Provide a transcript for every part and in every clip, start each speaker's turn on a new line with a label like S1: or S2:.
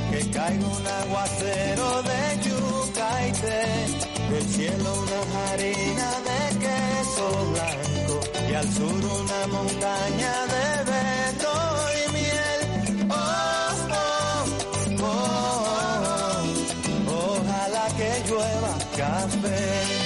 S1: en un aguacero de yuca y té, del cielo una harina de queso blanco y al sur una montaña de vento y miel. Oh, oh, oh, oh, ojalá que llueva café.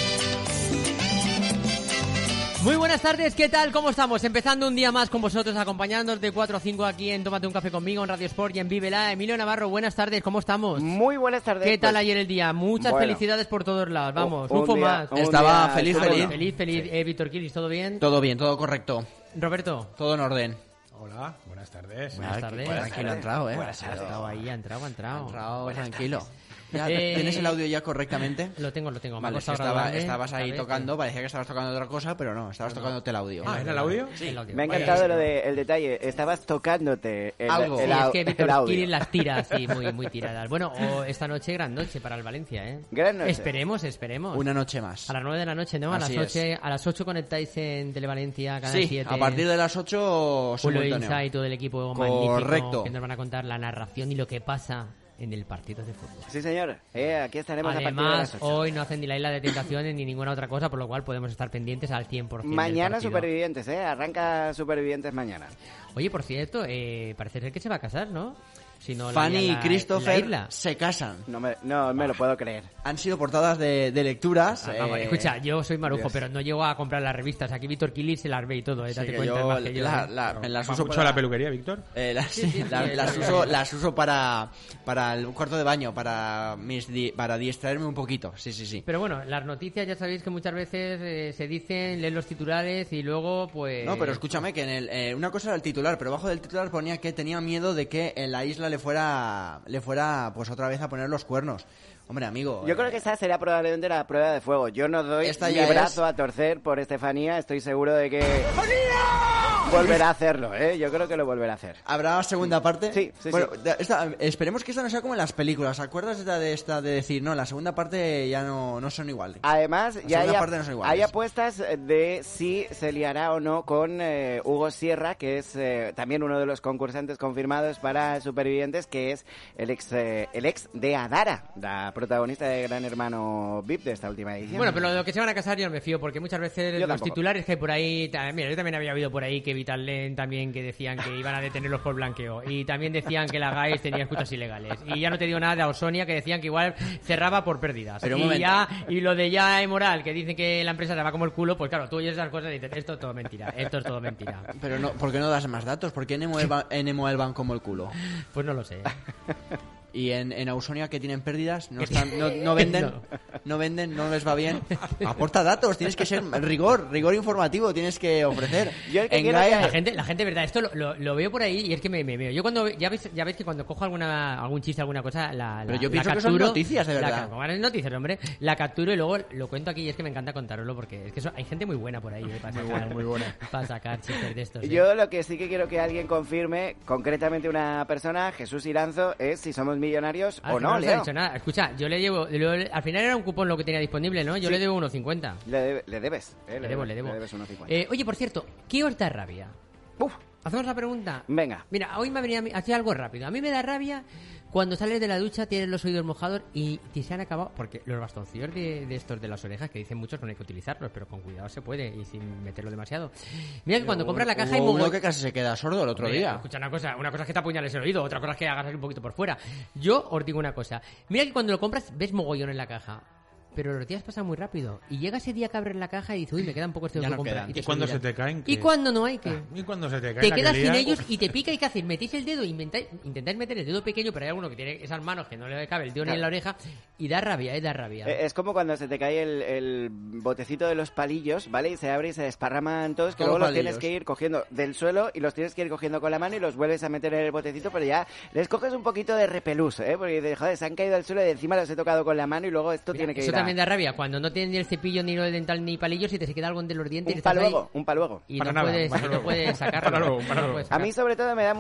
S2: Muy buenas tardes, ¿qué tal? ¿Cómo estamos? Empezando un día más con vosotros, acompañándonos de 4 a 5 aquí en Tómate un café conmigo, en Radio Sport y en Vívela. Emilio Navarro, buenas tardes, ¿cómo estamos?
S3: Muy buenas tardes.
S2: ¿Qué tal
S3: Pues,
S2: ayer el día? Muchas
S3: Bueno.
S2: felicidades por todos lados, vamos,
S3: un
S2: un, poco
S3: día-
S2: más.
S3: un
S4: Estaba
S3: día
S4: feliz,
S3: estuvo
S4: feliz.
S2: Feliz, feliz. Eh, Víctor Kiris, ¿todo bien?
S4: Todo bien, todo correcto,
S2: Roberto,
S4: todo en orden.
S5: Hola, buenas tardes.
S2: buenas tardes.
S4: Tranquilo, ha entrado, eh.
S2: Ha entrado ahí, ha entrado, ha entrado.
S4: Ha entrado, tranquilo. Ya,
S2: Eh,
S4: ¿Tienes el audio ya correctamente?
S2: Lo tengo, lo tengo. me ha
S4: Vale, es que
S2: costado
S4: estaba-
S2: grabarme,
S4: estabas ahí
S2: ¿sabes?
S4: tocando, parecía que estabas tocando otra cosa, pero no, estabas tocándote el audio.
S5: Ah, ¿era el audio?
S2: Sí, el audio.
S3: Me ha
S2: Vaya,
S3: encantado lo de- el detalle. Estabas tocándote el,
S4: Algo.
S3: el
S2: Sí,
S3: au-
S2: es que
S3: el
S2: Víctor
S3: audio.
S2: Kirin las tira así, muy, muy tiradas. Bueno, o esta noche, gran noche para el Valencia, ¿eh?
S3: Gran noche.
S2: Esperemos, esperemos.
S4: Una noche más.
S2: A las 9 de la noche, ¿no? A
S4: Así
S2: las 8,
S4: es.
S2: a las 8 conectáis en Televalencia, Canal
S4: Sí,
S2: 7.
S4: a partir de las 8
S2: Julio
S4: simultáneo.
S2: Insa y todo el equipo magnífico
S4: Correcto.
S2: que nos van a contar la narración y lo que pasa en el partido de fútbol.
S3: Sí, señor. Eh, aquí estaremos a partir de las
S2: Además,
S3: ocho.
S2: hoy no hacen ni la isla de tentaciones ni ninguna otra cosa, por lo cual podemos estar pendientes al 100%. del
S3: Mañana
S2: partido.
S3: Supervivientes, ¿eh? Arranca Supervivientes mañana.
S2: Oye, por cierto, eh, parece ser que se va a casar, ¿no? Si no, la-
S4: Fanny
S2: la-
S4: y
S2: la
S4: Christopher
S2: isla. Ah,
S4: se casan. Ah.
S3: No me, no me lo puedo creer.
S4: Han sido portadas de, de lecturas.
S2: Ah, vamos,
S4: eh,
S2: escucha, yo soy marujo, pero no llego a comprar las revistas. Aquí Víctor Kilis se las ve y todo, ¿eh?
S4: sí,
S2: Date
S4: que
S2: cuenta,
S4: yo
S2: más que yo,
S4: la-
S2: ¿eh?
S4: la- me las
S5: ¿Vas
S4: uso
S5: mucho a la peluquería, Víctor?
S4: Eh, las,
S2: sí,
S4: la-
S2: sí,
S4: las
S2: sí.
S4: uso, las uso para, para el cuarto de baño, para, mis di- para distraerme un poquito. Sí, sí, sí.
S2: Pero bueno, las noticias ya sabéis que muchas veces eh, se dicen, leen los titulares y luego pues...
S4: No, pero escúchame, que en el, eh, una cosa era el titular, pero abajo del titular ponía que tenía miedo de que en la isla le fuera, le fuera pues otra vez a poner los cuernos. Hombre, amigo.
S3: Yo
S4: eh,
S3: creo que esa será probablemente la prueba de fuego. Yo no doy
S4: Esta
S3: mi
S4: ya
S3: brazo
S4: es-
S3: a torcer por Estefanía. Estoy seguro de que... Volverá a hacerlo, ¿eh? Yo creo que lo volverá a hacer.
S4: ¿Habrá segunda parte?
S3: Sí, sí,
S4: Bueno,
S3: sí.
S4: de- esta- esperemos que esta no sea como en las películas. ¿Te acuerdas de esta de, esta de decir, no, la segunda parte ya no, no son iguales?
S3: Además,
S4: La
S3: ya hay,
S4: segunda
S3: ap-
S4: parte no son iguales.
S3: hay apuestas de si se liará o no con eh, Hugo Sierra, que es eh, también uno de los concursantes confirmados para Supervivientes, que es el ex, eh, el ex de Adara, la protagonista de Gran Hermano VIP de esta última edición.
S2: Bueno, pero lo que se van a casar yo no me fío, porque muchas veces
S3: Yo
S2: los
S3: tampoco.
S2: titulares que hay por ahí... ta- Mira, yo también había oído por ahí que Vitalen también que decían que iban a detenerlos por blanqueo. Y también decían que la GAES tenía escuchas ilegales. Y ya no te digo nada de Ausonia, que decían que igual cerraba por pérdidas.
S4: Pero un
S2: y,
S4: momento.
S2: ya, y lo de ya hay moral, que dicen que la empresa se va como el culo, pues claro, tú oyes esas cosas y dices, esto es todo mentira, esto es todo mentira.
S4: Pero no, ¿por qué no das más datos? ¿Por qué en Emo Elba- en Emo Elban como el culo?
S2: Pues no lo sé.
S4: Y en, en Ausonia que tienen pérdidas, no, están, no, no venden,
S2: No.
S4: no. venden, no les va bien. Aporta datos, tienes que ser rigor, rigor informativo, tienes que ofrecer.
S3: Yo el que
S4: En
S3: quiero
S4: Gaia-
S2: La gente, la gente, verdad, esto lo, lo- lo veo por ahí y es que me, me veo. Yo cuando ya veis, ya veis que cuando cojo alguna algún chiste, alguna cosa, la, la-
S4: Pero yo
S2: la
S4: pienso que son
S2: capturo,
S4: noticias, de
S2: la
S4: verdad.
S2: ca- como eran noticias, hombre, la capturo y luego lo cuento aquí y es que me encanta contároslo porque es que eso- hay gente muy buena por ahí eh, para sacar, muy buena. para sacar chistes de estos. eh.
S3: Yo lo que sí que quiero que alguien confirme, concretamente una persona, Jesús Iranzo, es si somos millonarios
S2: Ah,
S3: o no,
S2: nos ha
S3: Leo.
S2: dicho nada. Escucha, yo le llevo, le- al final era un cupón lo que tenía disponible, ¿no? Yo le debo 1.50.
S3: Le, debe- le debes. eh,
S2: Le debo,
S3: debes-
S2: le debo.
S3: debes unos 50.
S2: Eh, oye, por cierto, ¿qué os da rabia?
S3: Uf,
S2: Hacemos la pregunta.
S3: Venga.
S2: Mira, hoy me ha venido a mí- hacía algo rápido. A mí me da rabia cuando sales de la ducha, tienes los oídos mojados y te se han acabado. Porque los bastoncillos de, de estos de las orejas, que dicen muchos, no hay que utilizarlos, pero con cuidado se puede y sin meterlo demasiado. Mira que cuando compras la caja hay
S4: Hubo uno
S2: mogollón-
S4: que casi se queda sordo el otro
S2: Hombre,
S4: día.
S2: Escucha una cosa, una cosa es que te apuñales el oído, otra cosa es que hagas un poquito por fuera. Yo os digo una cosa, mira que cuando lo compras ves mogollón en la caja, pero los días pasan muy rápido y llega ese día que abres la caja y dices, uy, me quedan pocos de
S4: Ya
S2: que
S4: no
S2: comprar.
S4: quedan.
S2: te
S5: ¿Y cuándo
S2: olvida.
S5: se te caen?
S2: ¿Y
S5: ¿Qué? Ah,
S2: cuando no hay que?
S5: ¿Y cuando se te cae
S2: Te
S5: la
S2: quedas
S5: que lía?
S2: sin ellos y te pica y ¿qué haces? Metéis el dedo, inventáis, intentáis meter el dedo pequeño, pero hay alguno que tiene esas manos que no le cabe el dedo ni en la oreja y da rabia, eh, da rabia.
S3: Eh, Es como cuando se te cae el, el botecito de los palillos, ¿vale? Y se abre y se desparraman todos, que
S4: Todos
S3: luego los
S4: palillos.
S3: tienes que ir cogiendo del suelo y los tienes que ir cogiendo con la mano y los vuelves a meter en el botecito, pero ya les coges un poquito de repelús, ¿eh? Porque dices, joder, se han caído al suelo y encima los he tocado con la mano y luego esto
S2: Mira,
S3: tiene que
S2: eso
S3: ir a-
S2: también también da rabia cuando no tienes ni el cepillo, ni el dental, ni palillos y te se queda algo entre los dientes y
S3: Un
S2: estás ahí
S3: paluego, un paluego.
S2: y
S5: Para
S2: no
S5: nada,
S2: puedes, y
S5: para
S2: no
S5: luego.
S2: puedes sacarlo.
S5: Para luego,
S2: No
S5: para luego.
S2: puedes
S3: A
S2: sacarlo.
S3: mí sobre todo me da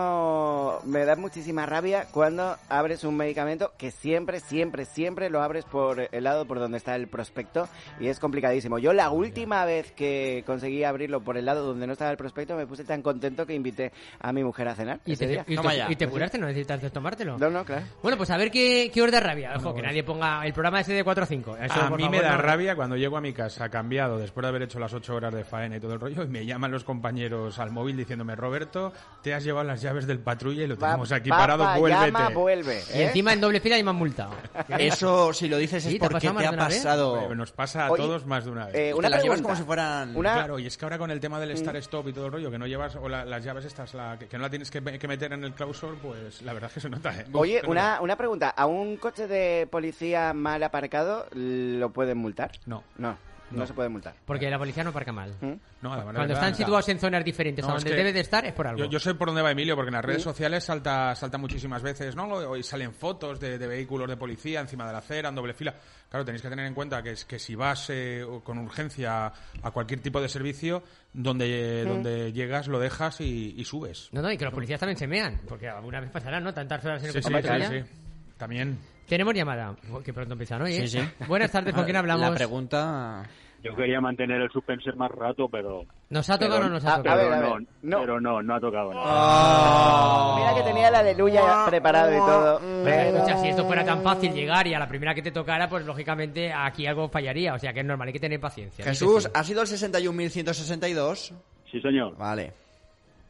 S3: muchísimo, me da muchísima rabia cuando abres un medicamento que siempre, siempre, siempre lo abres por el lado por donde está el prospecto y es complicadísimo. Yo la última vez que conseguí abrirlo por el lado donde no estaba el prospecto me puse tan contento que invité a mi mujer a cenar
S2: y
S3: ese
S2: te,
S3: día.
S2: y te-
S4: Toma ya.
S2: y te curaste, no necesitas tomártelo.
S3: No, no, claro.
S2: Bueno, pues a ver qué, qué os da rabia. Ojo, que nadie ponga el programa ese de 4 a 5. Eso,
S5: a
S2: por
S5: mí
S2: favor,
S5: me da
S2: no.
S5: rabia cuando llego a mi casa cambiado después de haber hecho las ocho horas de faena y todo el rollo y me llaman los compañeros al móvil diciéndome Roberto, te has llevado las llaves del patrulla y lo
S3: Va-
S5: tenemos aquí
S3: va
S5: parado,
S3: pa'
S5: vuélvete.
S3: llama, vuelve.
S2: Y
S3: ¿eh?
S2: encima en doble fila y me han multado.
S4: Eso, si lo dices, es
S2: Sí, ¿te ha
S4: porque
S2: pasado
S4: te
S2: más
S4: ha
S2: de una vez? Pues
S4: pasado.
S5: Oye, Nos pasa a
S3: Oye,
S5: todos más de una vez.
S3: eh,
S4: Te
S3: una
S4: las llevas
S3: pregunta.
S4: como si fueran.
S3: Una- Mm.
S5: Claro, y es que ahora con el tema del Star Stop y todo el rollo, que no llevas, o la- las llaves estas, la, que, que no la tienes que, que meter en el clausor, pues la verdad es que se nota, ¿eh?
S3: Oye,
S5: Pero-
S3: una, una pregunta. ¿A un coche de policía mal aparcado lo pueden multar?
S5: No.
S3: No, no, se puede multar.
S2: Porque la policía no parca mal.
S3: ¿Mm?
S5: No, la verdad-
S2: Cuando
S5: verdad-
S2: están situados en zonas diferentes a
S5: No, es
S2: donde
S5: que
S2: debe de estar, es por algo.
S5: Yo, yo sé por dónde va Emilio, porque en las redes sociales salta, salta muchísimas veces, ¿no? Hoy salen fotos de, de vehículos de policía encima de la acera, en doble fila. Claro, tenéis que tener en cuenta que, es, que si vas eh, o con urgencia a cualquier tipo de servicio, donde, donde llegas, lo dejas y, y subes.
S2: No, no, y que los policías también se mean. Porque alguna vez pasará, ¿no? Tantas horas en el
S5: Sí, sí,
S2: coche de
S5: sí,
S2: policía.
S5: sí. También.
S2: Tenemos llamada. Oh, que pronto empiezan hoy, ¿eh?
S4: Sí, sí. Ah,
S2: Buenas tardes, ¿con quién
S4: La
S2: hablamos?
S4: pregunta.
S6: Yo quería mantener el suspense más rato, pero.
S2: ¿Nos ha tocado o
S6: pero-
S2: no nos ha
S3: A
S2: tocado?
S3: ver, a
S6: pero
S3: ver,
S6: No,
S3: no.
S6: pero no, no ha tocado nada.
S2: Ah.
S3: Mira que tenía la aleluya preparado y todo.
S2: Pero,
S3: pero-
S2: escucha, si esto fuera tan fácil llegar y a la primera que te tocara, pues lógicamente aquí algo fallaría. O sea que es normal, hay que tener paciencia.
S4: Jesús, ¿ha sido el 61.162?
S6: Sí, señor.
S4: Vale.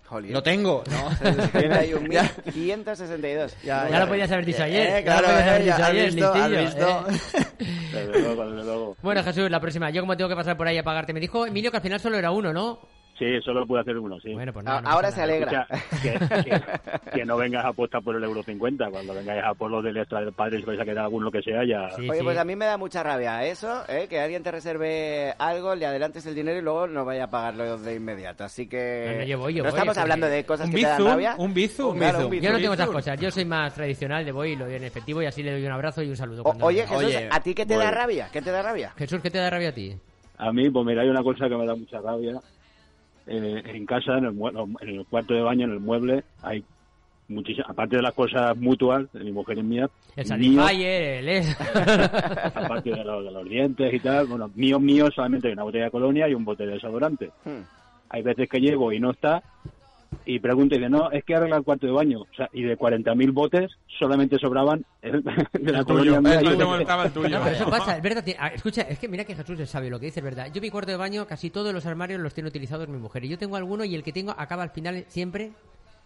S3: Jolín.
S4: Lo tengo, ¿no?
S3: 71.562.
S2: Ya, lo podías haber dicho ayer.
S4: Eh,
S2: ya lo
S4: claro,
S2: podías haber
S4: eh, ya
S2: dicho
S4: has
S2: ayer,
S4: visto, has
S2: listillo, ¿eh?
S4: visto.
S6: Desde luego, desde luego.
S2: Bueno, Jesús, la próxima. Yo como tengo que pasar por ahí a pagarte. Me dijo Emilio que al final solo era uno, ¿no?
S6: Sí, solo pude hacer uno, sí.
S2: Bueno, pues nada,
S3: A-
S2: no
S3: Ahora
S2: pasa
S3: se
S2: nada.
S3: alegra.
S6: Escucha, que, que- que no vengas a apostar por el euro 50. Cuando vengáis a por los del extra del padre, si vais a quedar alguno que sea, ya.
S2: Sí,
S3: Oye,
S2: sí.
S3: pues a mí me da mucha rabia eso, ¿eh? que alguien te reserve algo, le adelantes el dinero y luego no vaya a pagarlo de inmediato. Así que
S2: No, no, yo voy, yo
S3: Eh, no
S2: voy,
S3: estamos
S2: porque-
S3: hablando de cosas
S5: Un
S3: que te dan
S5: bizum,
S3: rabia.
S5: un bizum.
S3: Claro,
S4: Un bizum.
S2: Yo no tengo
S5: Jesús.
S2: esas cosas. Yo soy más tradicional de voy y lo doy en efectivo y así le doy un abrazo y un saludo.
S3: O-
S2: cuando
S3: oye,
S2: me-
S3: Jesús,
S4: Oye,
S3: ¿a ti qué te da
S6: bueno.
S3: rabia? ¿Qué te da rabia?
S2: Jesús, ¿qué te da rabia a ti?
S6: A mí, pues mira, hay una cosa que me da mucha rabia. Eh, en casa, en el, mue- en el cuarto de baño, en el mueble, hay muchísimas. Aparte de las cosas mutuas, de mi mujer y mía.
S2: El
S6: míos,
S2: Satisfyer, el es.
S6: aparte de los, de los dientes y tal, bueno, mío, mío, solamente hay una botella de colonia y un bote de desodorante.
S3: Hmm.
S6: Hay veces que llego y no está y pregunto y dice, no, es que arregla el cuarto de baño. O sea, y de 40.000 botes solamente sobraban el- de la
S5: El
S6: colonia
S5: tuyo,
S6: mía. y
S5: el
S6: yo-
S5: último estaba el tuyo.
S2: No, pero eso pasa, es verdad. tiene- ah, Escucha, es que mira que Jesús sabe lo que dice, es verdad. Yo mi cuarto de baño, casi todos los armarios los tiene utilizados mi mujer. Y yo tengo alguno y el que tengo acaba al final siempre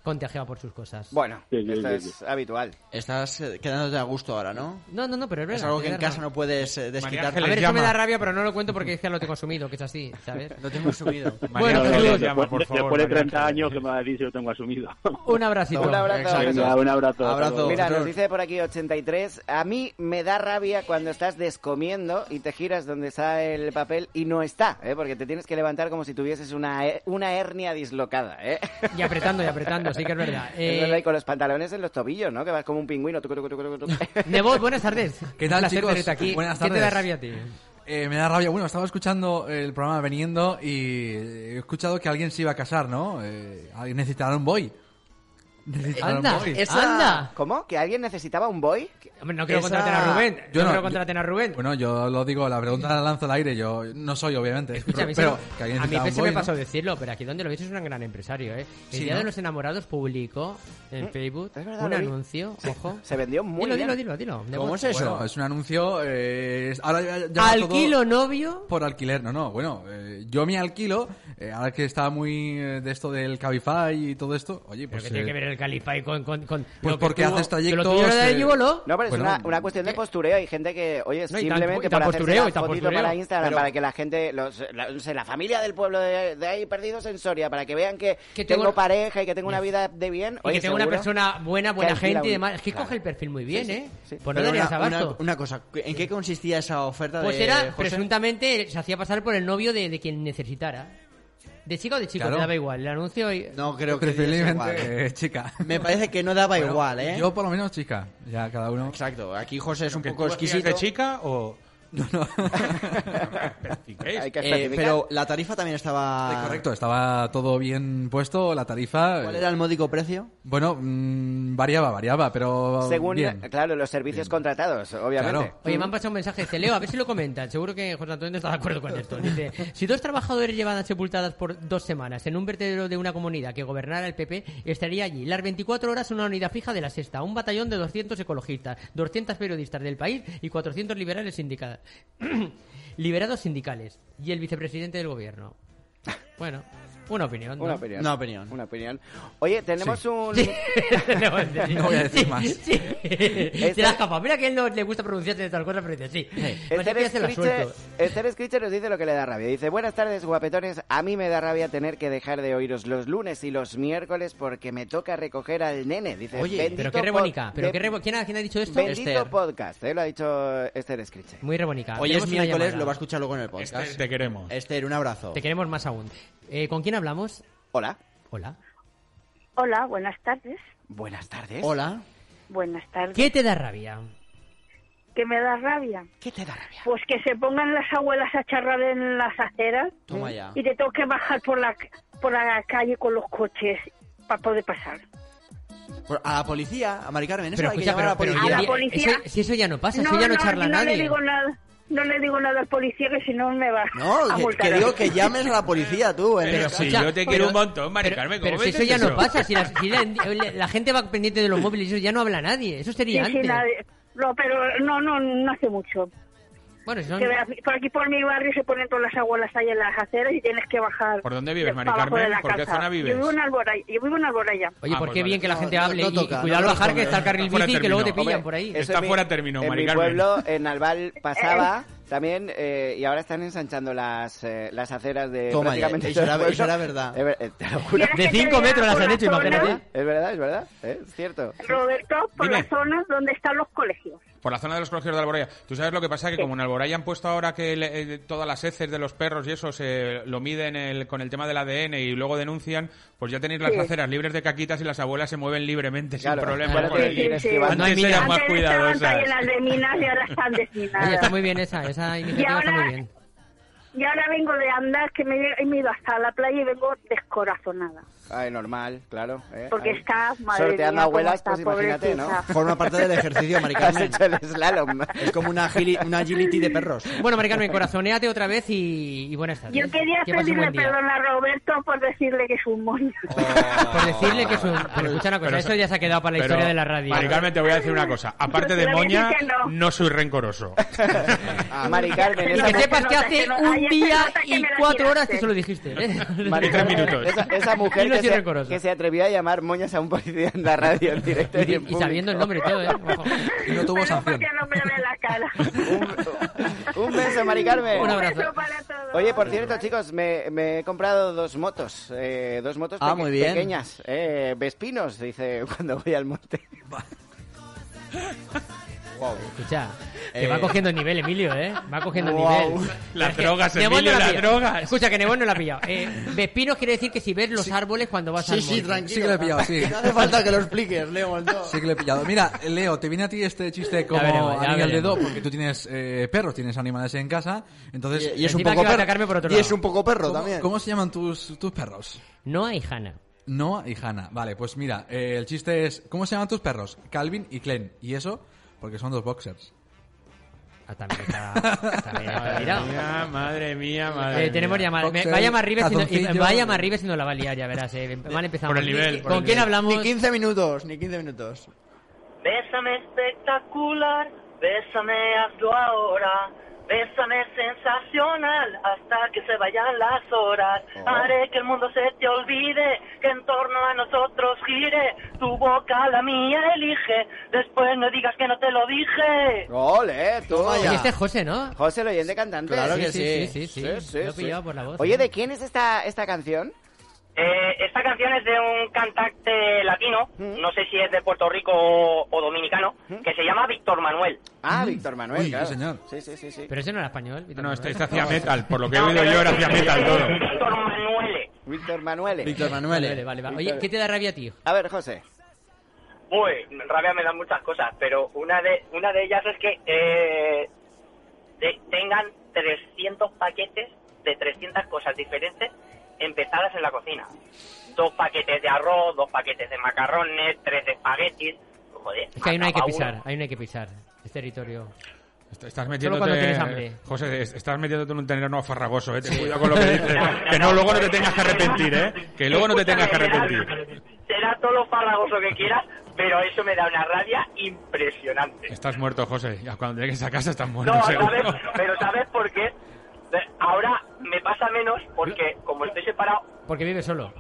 S2: contagiado por sus cosas.
S3: Bueno,
S6: Sí, sí,
S3: esto
S6: sí,
S3: es
S6: sí.
S3: habitual.
S4: Estás eh, quedándote a gusto ahora, ¿no?
S2: No, no, no, pero es verdad.
S4: Es algo que
S2: es
S4: en
S2: verdad.
S4: casa no puedes eh, desquitar.
S5: Ángeles
S2: A ver,
S5: Les
S2: eso me
S5: llama.
S2: da rabia, pero no lo cuento porque es que ya lo tengo asumido, que es así, ¿sabes?
S4: Lo tengo subido.
S5: María
S2: Bueno,
S5: Ángeles,
S2: Jesús,
S5: llama, por
S6: después,
S5: favor,
S6: después de
S5: María
S6: 30
S5: Ángeles.
S6: años que me va a decir si lo tengo asumido.
S2: Un abracito.
S3: Un abrazo,
S4: Exacto.
S3: Jesús.
S6: Venga, un abrazo.
S4: Abrazo.
S3: Mira,
S4: Control.
S3: nos dice por aquí 83. A mí me da rabia cuando estás descomiendo y te giras donde está el papel y no está, ¿eh? porque te tienes que levantar como si tuvieses una, he- una hernia dislocada. ¿eh?
S2: Y apretando, y apretando, sí que es verdad.
S3: Es
S2: Eh,
S3: verdad, y con los pantalones en los tobillos, ¿no? Que vas como un pingüino. tucu, tucu, tucu, tucu, tucu.
S2: Nebot, buenas tardes.
S7: ¿Qué tal,
S2: Un placer
S7: chicos?
S2: tenerte aquí.
S7: Buenas
S2: ¿Qué te da
S7: tardes.
S2: rabia a ti?
S7: Eh, me da rabia. Bueno, estaba escuchando el programa veniendo y he escuchado que alguien se iba a casar, ¿no? Eh, alguien necesitará un boy. Necesitará
S2: Anda,
S7: un boy.
S4: esa-
S2: anda.
S3: Ah, ¿Cómo? ¿Que alguien necesitaba un boy?
S2: Hombre, Ah, no quiero
S4: Esa-
S2: contratar a Rubén. Yo
S7: Yo
S2: no,
S7: no,
S2: quiero
S7: yo-
S2: contratar a Rubén.
S7: Bueno, yo lo digo, la pregunta la lanzo al aire. Yo no soy, obviamente.
S2: Escucha, a mí,
S7: pero
S2: se-
S7: que alguien
S2: a mí
S7: necesitaba un
S2: se me
S7: boy, ¿no?
S2: pasó decirlo, pero aquí donde lo veis es un gran empresario, ¿eh? El
S7: Sí,
S2: Día de
S7: ¿no?
S2: los Enamorados publicó
S4: Mm,
S2: en Facebook
S3: es verdad,
S2: un
S3: lo vi.
S2: anuncio, ojo.
S3: Se vendió muy
S2: dilo,
S3: bien.
S2: dilo, dilo, dilo, Nebot.
S4: ¿Cómo es eso?
S7: Bueno, es un anuncio. eh, es- ahora ya- ya va todo-
S2: Alquilo novio.
S7: Por alquiler, no, no. Bueno, eh, yo me alquilo. eh, ahora que está muy eh, de esto del Cabify y todo esto. Oye,
S2: Pero
S7: pues.
S2: que tiene
S7: eh,
S2: que ver el Calify con. con, con
S7: Pues
S2: lo que
S7: porque
S2: tuvo-
S7: haces
S2: que
S7: trayectos,
S2: Lo tuyo era de
S7: eh,
S2: Gívolo.
S3: No, pero
S7: Bueno,
S3: es una, una cuestión de postureo. Hay gente que, oye,
S2: No, y tan-
S3: simplemente
S2: y tan
S3: por hacerse
S2: postureo,
S3: la
S2: y tan
S3: fotito
S2: postureo.
S3: para Instagram,
S4: Pero-
S3: para que la gente, los, la, no sé, la familia del pueblo de, de ahí perdidos en Soria, para que vean que,
S2: Que tengo-
S3: tengo, pareja y que tengo una vida de bien.
S2: Y
S3: oye,
S2: que tenga una
S3: seguro-
S2: persona buena, buena
S3: alquila
S2: gente y
S3: un-
S2: demás. Es que
S3: Claro.
S2: coge el perfil muy bien, ¿eh?
S3: sí.
S2: Pues no
S4: Pero
S2: darías
S4: una,
S2: abasto.
S4: una- una cosa, ¿en qué consistía esa oferta
S2: Pues
S4: de
S2: era,
S4: José?
S2: presuntamente, se hacía pasar por el novio de, de quien necesitara. De chica o de chico,
S7: Claro.
S2: me daba igual. El anuncio. y-
S4: No creo que diese igual.
S7: Preferiblemente, eh, chica.
S4: Me parece que no daba
S7: Bueno,
S4: igual, ¿eh?
S7: Yo por lo menos chica. Ya cada uno.
S4: Exacto, aquí José es un
S5: Aunque
S4: poco
S5: tú hacías
S4: exquisito.
S5: de chica o
S7: No, no.
S5: Especificéis.
S3: Hay que
S4: Eh,
S3: especificar.
S4: pero la tarifa también estaba...
S7: Correcto, estaba todo bien puesto, la tarifa.
S4: ¿Cuál
S7: eh,
S4: era el módico precio?
S7: Bueno, mm, variaba, variaba, pero.
S3: Según,
S7: bien.
S3: claro, los servicios contratados, obviamente.
S7: Claro.
S2: Oye, me han pasado un mensaje, dice Leo, a ver si lo comentan. Seguro que José Antonio no está de acuerdo con esto. Dice, si dos trabajadores llevadas sepultadas por dos semanas en un vertedero de una comunidad que gobernara el PP, estaría allí las 24 horas una unidad fija de la sexta, un batallón de 200 ecologistas, 200 periodistas del país y 400 liberales sindicados. liberados sindicales y el vicepresidente del gobierno. Bueno, una opinión. ¿no?
S3: Una opinión.
S4: Una opinión.
S3: Una opinión. Oye, tenemos un...
S7: No voy a decir más.
S2: Sí. Te la escapa. Mira que a él no le gusta pronunciarse de tal cosa, pero dice sí. Más
S3: Esther
S2: bien se la
S3: Escriche,
S2: suelto.
S3: Esther Escriche nos dice lo que le da rabia. Dice, buenas tardes, guapetones. A mí me da rabia tener que dejar de oíros los lunes y los miércoles porque me toca recoger al nene. Dice,
S4: Oye,
S3: "Bendito
S2: Pero qué
S3: pod-
S2: rebónica. Pero
S3: de-
S2: qué rebo- ¿Quién, ha, quién ha dicho esto?
S3: Bendito
S4: Esther.
S3: podcast, eh, lo ha dicho Esther Escriche.
S2: Muy rebónica.
S4: Hoy
S2: Tenemos
S4: es
S2: una
S4: miércoles,
S2: llamada.
S4: lo va a escuchar luego en el podcast.
S5: Esther, te queremos.
S4: Esther, un abrazo.
S2: Te queremos más aún. Eh, ¿Con quién hablamos?
S3: Hola,
S2: Hola.
S8: Hola, buenas tardes.
S3: buenas tardes.
S4: Hola.
S8: Buenas tardes.
S2: ¿Qué te da rabia?
S8: ¿Qué me da rabia?
S3: ¿Qué te da rabia?
S8: Pues que se pongan las abuelas a charrar en las aceras
S4: Toma
S2: Ah.
S4: ya.
S8: y te tengo que bajar por la, por la calle con los coches para poder pasar.
S4: Por- A la policía, a Mari Carmen, eso
S2: Pero
S4: hay que
S2: escucha,
S4: llamar
S2: pero,
S4: a la
S2: pero
S4: policía.
S8: A la policía.
S2: eso- si eso ya no pasa, si ya no, charla
S8: no
S2: nadie.
S8: le digo nada. No le digo nada al policía que si no me va a
S4: No, que,
S8: multar.
S4: que digo que llames a la policía tú. en
S5: Pero
S4: este
S5: si
S2: escucha, pues
S5: yo te
S2: pero-
S5: quiero un montón, Mari
S2: pero-
S5: Carmen, ¿cómo
S2: Pero si
S5: ves
S2: eso ya no pasa, si, la, si la- la gente va pendiente de los móviles, eso ya no habla nadie. Eso
S8: Sí, sí,
S2: sería antes.
S8: nadie- No, pero no, no, no hace mucho.
S2: Bueno, si no-
S8: Que verás, por aquí por mi barrio se ponen todas las abuelas ahí en las aceras y tienes que bajar.
S5: ¿Por dónde vives,
S8: de-
S5: Mari
S8: para abajo de
S5: Carmen?
S8: la
S5: ¿Por qué
S8: casa.
S5: zona vives?
S8: Yo vivo en Alboraya. Yo vivo en Alboraya.
S2: Oye,
S5: Ah,
S2: por
S5: pues
S2: qué
S5: vale.
S2: bien que la gente
S4: No,
S2: hable
S4: no
S2: y-
S4: toca,
S2: y
S4: no
S2: cuidado al
S4: lo
S2: bajar que
S4: toca.
S2: está el carril
S5: Está fuera de
S2: bici que luego te
S5: término.
S2: pillan
S3: Hombre,
S2: por ahí.
S3: eso
S5: Está
S3: en mi-
S5: fuera de término,
S3: En
S5: Mari
S3: mi
S5: Carmen.
S3: pueblo, en Albal, pasaba también eh, y ahora están ensanchando las, eh, las aceras de
S4: Toma ya,
S3: prácticamente
S4: eso
S3: todo el
S4: era- eso
S3: pueblo.
S4: era verdad.
S3: Es ver- eh, te lo juro.
S2: De
S8: Tienes que
S2: cinco
S8: caminar
S2: metros las
S8: por
S2: han
S8: la
S2: hecho,
S8: zona,
S2: imagínate.
S3: Es verdad, es verdad, eh, es cierto.
S8: Roberto, por
S5: Dime.
S8: las zonas donde están los colegios.
S5: Por la zona de los colegios de Alboraya. Tú sabes lo que pasa, que como en Alboraya han puesto ahora que le- eh, todas las heces de los perros y eso se lo miden el- con el tema del ADN y luego denuncian, pues ya tenéis las
S8: Sí.
S5: aceras libres de caquitas y las abuelas se mueven libremente
S3: Claro,
S5: sin problema.
S3: ahora
S5: por
S3: te
S5: allí.
S8: sí,
S3: tienes
S8: sí.
S3: que ir
S2: Cuando hay
S5: Antes
S2: minas.
S5: eran más
S8: Antes estaban
S5: cuidadosas.
S8: llenas de minas y ahora están
S2: Oye, está
S8: desminadas.
S2: muy bien esa, esa iniciativa
S8: ahora-
S2: está muy bien.
S8: Y ahora vengo de andar, que me, he- me he ido hasta la playa y vengo descorazonada.
S4: Ah,
S3: Ay, normal, claro. eh,
S8: Porque
S3: ahí.
S8: está, madre
S3: Sorteando
S8: mía, cómo
S3: abuelas,
S8: está,
S3: pues imagínate, ¿no?
S8: pobrecita.
S4: Forma parte del ejercicio, Mari
S3: Has
S4: Carmen.
S3: hecho el slalom.
S4: Es como una, agili- una agility de perros.
S2: Bueno, Mari Carmen, corazoneate otra vez y, y buenas tardes.
S8: Yo quería
S2: Que pases un
S8: pedirle
S2: buen día.
S8: perdón a Roberto por decirle que es un mono.
S2: Por decirle que es un... Pero escucha una cosa,
S5: Pero-
S2: eso ya se ha quedado para la
S5: Pero,
S2: historia de la radio.
S5: Mari Carmen, te voy a decir una cosa. Aparte de
S8: Pero voy a decir
S5: moña,
S8: que no.
S5: no soy rencoroso.
S3: Mari Carmen,
S2: Y
S8: Y
S3: esa,
S2: Ah, que
S8: se
S2: sepas
S8: nota
S2: que
S8: que
S2: hace
S8: no-
S2: un
S8: ayer se
S2: día
S8: nota que
S2: y
S8: me la
S2: cuatro horas
S8: tiraste.
S2: que se lo dijiste. ¿eh?
S3: Mari
S5: Diez
S3: Carmen,
S5: minutos.
S3: esa- esa mujer
S2: Yo
S3: que
S2: soy
S3: se,
S2: rencorosa.
S3: que se atrevió a llamar moñas a un policía en la radio en directo y,
S2: Y,
S3: en
S2: y sabiendo el nombre y todo, ¿eh?
S3: público.
S2: Ojo.
S7: Y no tuvo
S8: Menos mal
S7: sanción.
S8: que no me ve la cara.
S3: Un, un beso, Mari Carmen.
S2: Un abrazo.
S8: beso para todos.
S3: Oye, por cierto, chicos, me, me he comprado dos motos. eh, dos motos
S4: Ah,
S3: peque-
S4: muy bien.
S3: pequeñas. Eh, Vespinos, dice, cuando voy al monte.
S2: Escucha, que
S4: Eh.
S2: va cogiendo nivel, Emilio, ¿eh? Va cogiendo
S3: Wow.
S2: nivel.
S5: Las
S2: Es que
S5: drogas,
S2: Nebot no
S5: Emilio,
S2: la
S5: las
S2: pilla.
S5: drogas.
S2: Escucha, que Nebot no la ha pillado. Eh, Vespinos quiere decir que si ves los árboles cuando vas al monte.
S7: Sí que le he pillado, sí.
S4: No hace falta que lo expliques, Leo. no.
S7: Sí que le he pillado. Mira, Leo, te viene a ti este chiste como
S2: veremos, ya
S7: anillo al
S2: veremos.
S7: dedo, porque tú tienes eh, perros, tienes animales en casa, entonces...
S4: Y, y es un
S2: Encima
S4: poco
S2: que va a
S4: perro.
S2: atacarme por otro
S4: y
S2: lado.
S4: es un poco perro
S7: ¿cómo,
S4: también.
S7: ¿Cómo se llaman tus, tus perros?
S2: Noah y Hannah.
S7: Noah y Hannah. Vale, pues mira, eh, el chiste es... ¿Cómo se llaman tus perros? Calvin y Glenn. Y eso porque son dos boxers.
S2: Ah, también está, también está tirado.
S5: mía, madre mía,
S2: Eh,
S5: madre
S2: tenemos
S5: mía.
S2: llamada. Me-
S7: Boxer,
S2: Vaya más Rives y no- y
S7: calzoncillo.
S2: vaya más Rives y no la va a liar, ya verás. Eh. Mal empezamos.
S5: Por el nivel, por
S2: ¿Con
S5: el
S2: quién
S5: nivel.
S2: hablamos?
S4: Ni 15 minutos, ni 15 minutos.
S9: Bésame espectacular, bésame hazlo ahora, bésame sensacional hasta que se vayan las horas. Haré que el mundo se te olvide, que en torno a nosotros gire, tu boca la mía elige, después no digas que no te lo dije.
S3: ¡Ole, tú!
S4: Toma
S2: Oye, este es José, ¿no?
S3: José, el oyente cantante.
S4: Claro que
S2: sí. Sí,
S4: sí.
S2: sí, sí. Lo he pillado por la voz. ¿eh?
S3: Oye,
S2: ¿no?
S3: ¿de quién es esta, esta canción?
S9: Eh, esta canción es de un cantante latino,
S3: Mm.
S9: no sé si es de Puerto Rico o, o dominicano, que se llama Víctor Manuel.
S3: Ah, Víctor Manuel,
S7: Uy, sí,
S3: claro.
S7: señor.
S3: Mm. Sí, sí, sí, sí.
S2: Pero ese no era español.
S5: No,
S2: Víctor
S5: no,
S2: Manuel.
S5: este, este hacía metal. Por lo que he
S9: No,
S5: oído
S9: pero
S5: yo, era
S9: es-
S5: hacía
S9: es-
S5: metal
S9: es
S5: todo.
S9: Víctor Manuel.
S3: Víctor Manuel.
S4: Víctor Manuel.
S2: Vale, vale, vale. Oye, ¿qué te da rabia a ti?
S3: A ver, José.
S9: Uy, rabia me dan muchas cosas, pero una de una de ellas es que eh, te- tengan 300 paquetes de 300 cosas diferentes empezadas en la cocina. Dos paquetes de arroz, dos paquetes de macarrones, tres de espaguetis. Joder,
S2: Es que ahí no hay que
S9: acaba uno.
S2: pisar, ahí no hay que pisar. Es territorio.
S5: Est- Estás metiéndote,
S2: cuando tienes hambre.
S5: José, es- estás metiéndote en un terreno farragoso, ¿eh? Ten cuidado con lo que dices. que no, luego no te tengas que arrepentir, ¿eh? Que luego no te tengas que arrepentir.
S9: Será todo lo farragoso que quieras, pero eso me da una rabia impresionante.
S5: Estás muerto, José. Ya Cuando llegues a casa estás muerto,
S9: No,
S5: seguro.
S9: ¿sabes? Pero ¿sabes por qué? De- Ahora me pasa menos porque como estoy separado...
S2: Porque vive solo.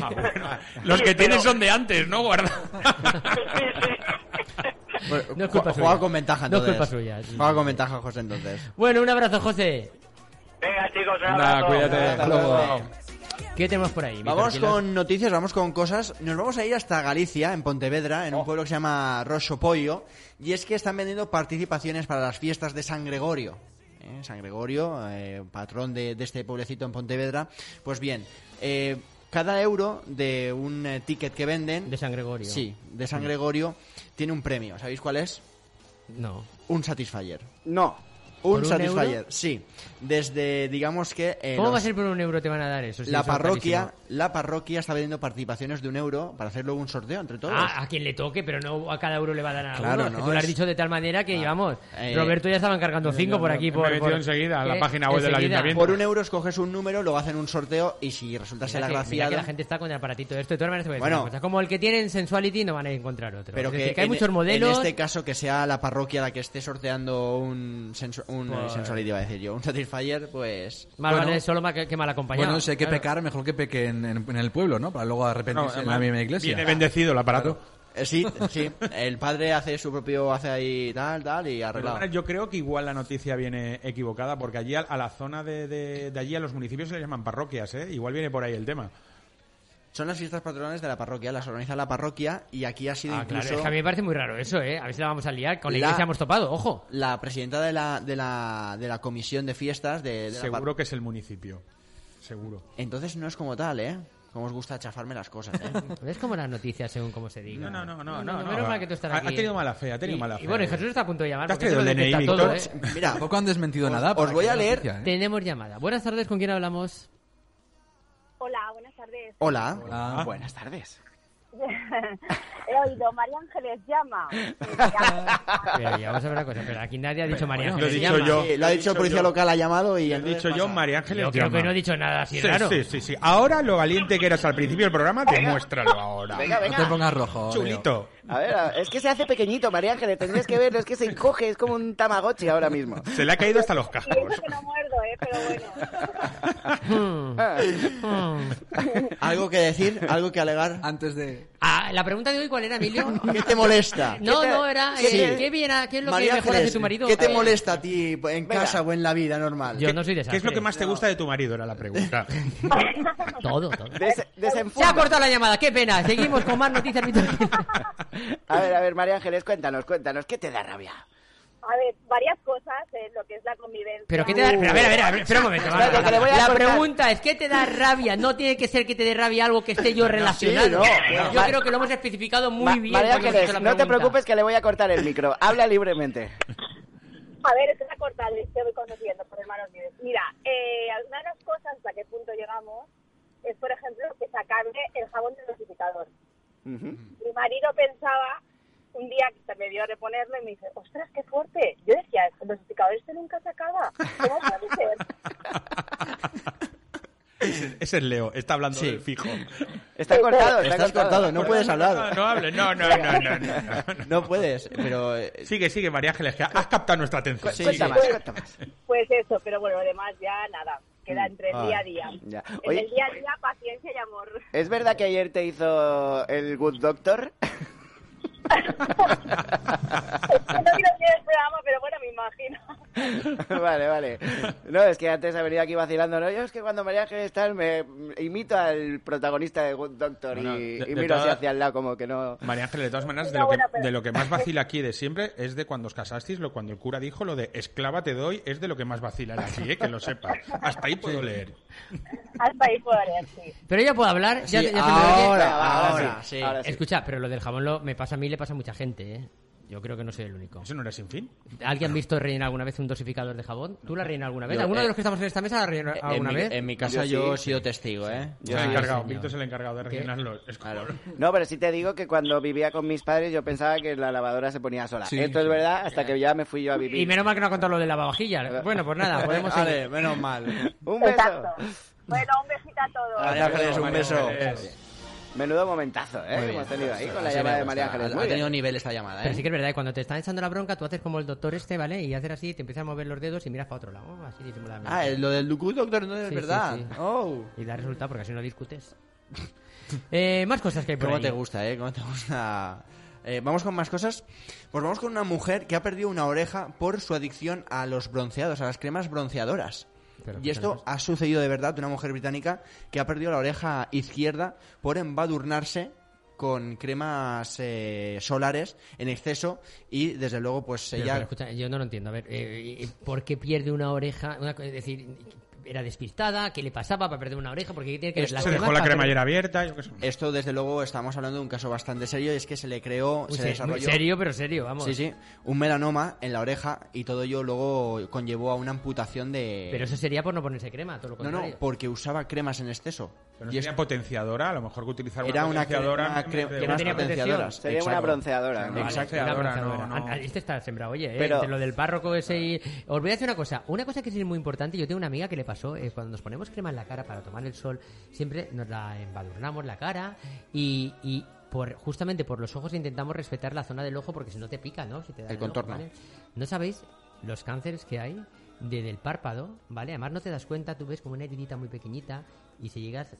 S5: Ah, bueno. Los
S9: Sí,
S5: que tienes
S9: pero-
S5: son de antes, ¿no? Guarda.
S9: Sí, sí.
S2: No es
S4: Ju-
S2: culpa
S4: juega
S2: suya.
S4: con ventaja
S2: No es
S4: entonces.
S2: culpa suya, sí.
S4: Juega con ventaja, José, entonces.
S2: Bueno, un abrazo, José.
S9: Venga, chicos, un
S5: Nada,
S9: abrazo.
S5: cuídate. Hasta luego.
S2: ¿Qué tenemos por ahí? mi
S4: Vamos
S2: tranquilos?
S4: con noticias, vamos con cosas. Nos vamos a ir hasta Galicia, en Pontevedra, en
S2: Oh.
S4: un pueblo que se llama Rossopollo. Y es que están vendiendo participaciones para las fiestas de San Gregorio. ¿eh? San Gregorio, eh, patrón de, de este pueblecito en Pontevedra. Pues bien, eh, cada euro de un eh, ticket que venden.
S2: De San Gregorio. Mm.
S4: Sí, de San Gregorio, tiene un premio. ¿Sabéis cuál es?
S2: No.
S4: Un Satisfyer.
S3: No.
S2: ¿Por
S4: Un,
S2: un
S4: Satisfyer,
S2: euro?
S4: sí. Desde, digamos que. eh,
S2: ¿Cómo
S4: los-
S2: va a ser por un euro te van a dar eso? Si
S4: la
S2: eso es
S4: parroquia,
S2: carísimo.
S4: la parroquia está vendiendo participaciones de un euro para hacer luego un sorteo entre todos.
S2: Ah, a quien le toque, pero no a cada euro le va a dar a
S4: Claro,
S2: uno. Es que
S4: no,
S2: Tú lo has
S4: es-
S2: dicho de tal manera que, vamos,
S4: Eh,
S2: Roberto ya estaban cargando cinco por aquí.
S5: me he
S2: Por,
S5: metido
S2: por-
S5: enseguida a la
S2: ¿Qué?
S5: página web del
S2: Enseguida.
S5: ayuntamiento.
S4: Por un euro escoges un número, luego hacen un sorteo y si resulta ser
S2: Mira que- mira
S4: agraciado.
S2: que la gente está con el aparatito de esto de todas maneras te voy a decir
S4: Bueno.
S2: una cosa. como el que tienen Sensuality no van a encontrar otro
S4: Pero
S2: Es
S4: que,
S2: decir, hay
S4: en,
S2: muchos
S4: en
S2: modelos
S4: este caso que sea la parroquia la que esté sorteando un, sensu- un eh,
S2: Pues-
S4: sensuality, iba a decir yo, un satisfier, pues.
S2: más
S7: Bueno.
S2: vale solo ma- que, que mal acompañado
S7: Bueno, si hay que
S2: Claro.
S7: pecar, mejor que peque en, en- en el pueblo, ¿no? Para luego
S5: No,
S7: arrepentirse en la
S5: además,
S7: misma iglesia.
S5: Viene bendecido el aparato.
S4: eh, sí, sí. El padre hace su propio, hace ahí tal, tal y
S5: Pero,
S4: arreglado.
S5: bueno, yo creo que igual la noticia viene equivocada porque allí a, a la zona de, de- de allí a los municipios se le llaman parroquias, ¿eh? Igual viene por ahí el tema.
S4: Son las fiestas patronales de la parroquia, las organiza la parroquia y aquí ha sido
S2: Ah, claro,
S4: incluso.
S2: es que a mí me parece muy raro eso eh a ver si la vamos a liar con la,
S4: La-
S2: iglesia hemos topado ojo
S4: la presidenta de la, de la, de la comisión de fiestas de, de la
S5: Seguro
S4: par-
S5: que es el municipio. Seguro.
S4: Entonces no es como tal, ¿eh? Como os gusta chafarme las cosas, ¿eh?
S2: ves como las noticias según cómo se diga
S5: No, no, no, no, no.
S2: menos
S5: no.
S2: mal que tú estás
S5: Ha-
S2: aquí
S5: Ha tenido mala fe, ha tenido
S2: Y-
S5: mala
S2: y
S5: fe.
S2: bueno y Jesús está a punto de llamar
S5: ¿Te has
S2: porque eso
S5: traído
S2: lo
S5: el DNI,
S2: detecta todo,
S5: Víctor?
S2: ¿eh?
S4: Mira,
S7: Tampoco han desmentido nada. para
S4: os voy
S7: que
S4: a
S7: haya
S4: leer-
S7: noticia, ¿eh?
S2: tenemos llamada buenas tardes con quién hablamos
S8: Hola, buenas tardes.
S4: hola.
S7: Hola.
S3: Buenas tardes.
S8: He oído, María Ángeles llama.
S2: Pero ya, vamos a ver una cosa pero aquí nadie ha dicho María
S5: bueno,
S2: Ángeles
S5: lo he dicho
S2: llama.
S5: yo.
S4: Sí, lo ha dicho el policía local, ha llamado y
S5: He
S4: entonces
S5: dicho
S4: pasa.
S5: yo, María Ángeles.
S2: yo creo
S5: llama.
S2: que no he dicho nada así
S5: Sí,
S2: raro
S5: sí, sí, sí. Ahora lo valiente que eras al principio del programa, demuéstralo ahora.
S3: Venga,
S7: No te
S3: venga.
S7: pongas rojo. Leo.
S5: Chulito.
S3: A ver, a- es que se hace pequeñito, María Ángeles. Tendrías que verlo. Es que se encoge. Es como un tamagotchi ahora mismo.
S5: Se le ha caído hasta los
S8: Y eso
S5: cascos.
S8: que no muerdo, ¿eh? Pero bueno.
S2: Mm.
S4: Algo que decir, algo que alegar.
S7: Antes de...
S2: Ah, la pregunta de hoy cuál era Emilio
S4: ¿Qué te molesta?
S2: No,
S3: ¿Qué te-
S2: no, era.
S3: qué
S2: eh,
S3: te-
S2: ¿qué, bien, ha- ¿Qué es lo
S4: María
S2: que mejor hace
S4: Ángeles,
S2: tu marido?
S4: ¿Qué te
S2: Eh,
S4: molesta a ti en casa o en la vida normal?
S2: Yo no soy de
S5: ¿Qué es lo
S2: desastre.
S5: que más te gusta de tu marido? Era la pregunta.
S2: Todo, todo.
S3: Des-
S2: Se ha
S3: desenfunda.
S2: cortado la llamada, qué pena. Seguimos con más noticias. Víctor.
S3: A ver, a ver, María Ángeles, cuéntanos, cuéntanos. ¿Qué te da rabia?
S8: A ver, varias cosas en lo que es la convivencia.
S2: Pero qué te da. Pero a ver, a ver, a ver, espera un momento. va,
S3: Uh. Espérate,
S2: va,
S3: que le voy a
S2: la
S3: cortar.
S2: pregunta es: ¿qué te da rabia? No tiene que ser que te dé rabia algo que esté yo relacionado. Pues
S3: no, no.
S2: Yo
S3: Ma-
S2: creo que lo hemos especificado muy
S3: Ma-
S2: bien. cuando
S3: María
S2: hemos hecho
S3: Ángeles,
S2: la
S3: no te
S2: pregunta.
S3: preocupes que le voy a cortar el micro. Habla libremente.
S8: A ver, es que está cortado y te voy conociendo por hermanos míos. Mira, eh, alguna de las cosas hasta qué punto llegamos es, por ejemplo, que sacarle el jabón del dosificador.
S3: Ujú.
S8: Mi marido pensaba un día que se me dio a reponerlo y me dice, ostras, qué fuerte. Yo decía, el dosificador este nunca se acaba. ¿Cómo puede ser?
S5: Ese ese es Leo, está hablando del fijo.
S3: Está cortado, está
S4: Estás cortado, no puedes
S5: No,
S4: hablar.
S5: no hable, no, no, no, no, no.
S4: No puedes, pero... eh,
S5: Sigue, sigue, María Ángeles, que has captado nuestra atención.
S4: Sí,
S3: Cuenta
S4: sí.
S3: más, cuenta más.
S8: Pues eso, pero bueno, lo demás ya nada, queda entre el
S4: Ah,
S8: día a día.
S3: Mm. ya.
S8: En
S3: Oye-
S8: el día a día, paciencia y amor.
S3: ¿Es verdad que ayer te hizo el Good Doctor?
S8: Es que no quiero hacer el programa, pero bueno, me imagino.
S3: vale, vale. No, es que antes ha venido aquí vacilando. No, yo es que cuando María Ángeles tal me imito al protagonista de Good Doctor
S5: Bueno,
S3: y,
S5: de-
S3: y
S5: de
S3: miro así
S5: todas-
S3: hacia el lado como que no...
S5: María Ángeles, de todas maneras, de
S8: No,
S5: lo, que,
S8: bueno, pero-
S5: de lo que más vacila aquí de siempre es de cuando os casasteis, lo cuando el cura dijo lo de esclava te doy, es de lo que más vacilan aquí, ¿eh? que lo sepa. Hasta ahí puedo leer.
S8: Hasta ahí puedo leer, sí.
S2: Pero ella puede hablar. Ya, ya
S4: sí,
S2: se me oye.
S4: ahora,
S3: Ahora
S4: ahora,
S3: sí,
S4: sí.
S3: ahora sí.
S2: Escucha, pero lo del jabón lo, me pasa a mí y le pasa a mucha gente, ¿eh? Yo creo que no soy el único.
S5: ¿Eso no era sin fin?
S2: ¿Alguien ha visto rellenar alguna vez un dosificador de jabón? ¿Tú la rellenas alguna vez?
S10: Yo,
S2: ¿Alguno
S10: eh,
S2: de los que estamos en esta mesa la rellena
S5: Ah,
S10: En
S2: alguna
S10: mi-
S2: vez?
S10: En mi casa
S3: Yo
S10: yo,
S3: sí,
S10: he sido testigo, ¿eh?
S3: Yo
S5: el
S3: sí.
S5: encargado.
S2: señor.
S5: Víctor es el encargado de
S2: ¿Qué?
S5: rellenarlos. Es
S4: Ah,
S5: como-
S3: No, pero sí te digo que cuando vivía con mis padres yo pensaba que la lavadora se ponía sola.
S7: Sí,
S3: Esto es
S7: sí.
S3: verdad hasta que ya me fui yo a vivir.
S2: Y menos mal que no ha contado lo de lavavajillas. Bueno, pues nada, podemos seguir.
S7: Vale, menos mal.
S3: Un beso.
S8: Exacto. Bueno, un besito a todos.
S4: María Ángeles, un
S5: María
S4: beso.
S5: Ángeles.
S3: Menudo momentazo, ¿eh?
S10: Muy bien.
S3: Hemos tenido ahí con
S10: Ha
S3: la
S10: sido-
S3: llamada de María
S10: ha-
S3: Ángeles.
S10: Ha,
S3: Muy
S10: tenido
S3: bien.
S10: nivel esta llamada,
S2: Pero sí
S10: ¿eh?
S2: que es verdad, que cuando te están echando la bronca, tú haces como el doctor este, ¿vale? Y haces así, te empiezas a mover los dedos y miras para otro lado, así disimuladamente.
S4: Ah, lo del Ducu Doctor no es
S2: Sí, sí,
S4: verdad.
S2: sí.
S4: Oh.
S2: Y da resultado porque así no discutes. eh, más cosas que hay por
S4: ¿Cómo
S2: ahí.
S4: te gusta, eh? ¿Cómo te gusta? Eh, vamos con más cosas. Pues vamos con una mujer que ha perdido una oreja por su adicción a los bronceados, a las cremas bronceadoras.
S2: Pero,
S4: y
S2: ¿qué
S4: esto
S2: tenemos?
S4: ha sucedido de verdad de una mujer británica que ha perdido la oreja izquierda por embadurnarse con cremas eh, solares en exceso y desde luego pues
S2: Pero,
S4: ella
S2: pero, escucha, yo no lo entiendo. A ver, eh, eh, ¿por qué pierde una oreja? Una co- es decir, ¿era despistada? ¿Qué le pasaba para perder una oreja? Porque ¿qué tiene que ver
S4: Esto
S2: las
S5: Se
S2: cremas
S5: dejó la
S2: para
S5: cremallera abierta. yo qué sé.
S4: esto desde luego estamos hablando de un caso bastante serio y es que se le creó
S2: perder- Uy,
S4: se
S2: se-
S4: le
S2: muy
S4: desarrolló
S2: serio, pero serio, vamos.
S4: Sí, sí, un melanoma en la oreja y todo ello luego conllevó a una amputación de...
S2: Pero eso sería por no ponerse crema, todo lo
S4: No,
S2: contrario.
S4: no, porque usaba cremas en exceso.
S5: Pero no
S4: Y es-
S5: sería potenciadora, a lo mejor que utilizar una
S4: era una, cre-
S5: potenciadora.
S4: una
S5: en
S4: cre-
S5: vez de
S2: Que no
S5: una-
S4: cremas
S2: tenía protección.
S4: potenciadoras.
S3: Sería una
S4: Exacto.
S3: bronceadora. ¿no?
S2: Vale,
S5: Exacto.
S2: una
S5: Ahora
S2: abrazadora.
S5: no,
S2: Ah,
S5: no.
S2: ah, Este está sembrado, oye, ¿eh?
S3: Pero-
S2: Entre lo del párroco ese y... Os voy a decir una cosa. Una cosa que sí es muy importante. Yo tengo una amiga que le pasó, eh, cuando nos ponemos crema en la cara para tomar el sol, siempre nos la embadurnamos la cara y... y por, justamente por los ojos intentamos respetar la zona del ojo porque si no te pica, ¿no? Si te da
S4: El
S2: ojo,
S4: contorno.
S2: ¿vale? ¿No sabéis los cánceres que hay desde el párpado, ¿vale? Además no te das cuenta, tú ves como una heridita muy pequeñita y si llegas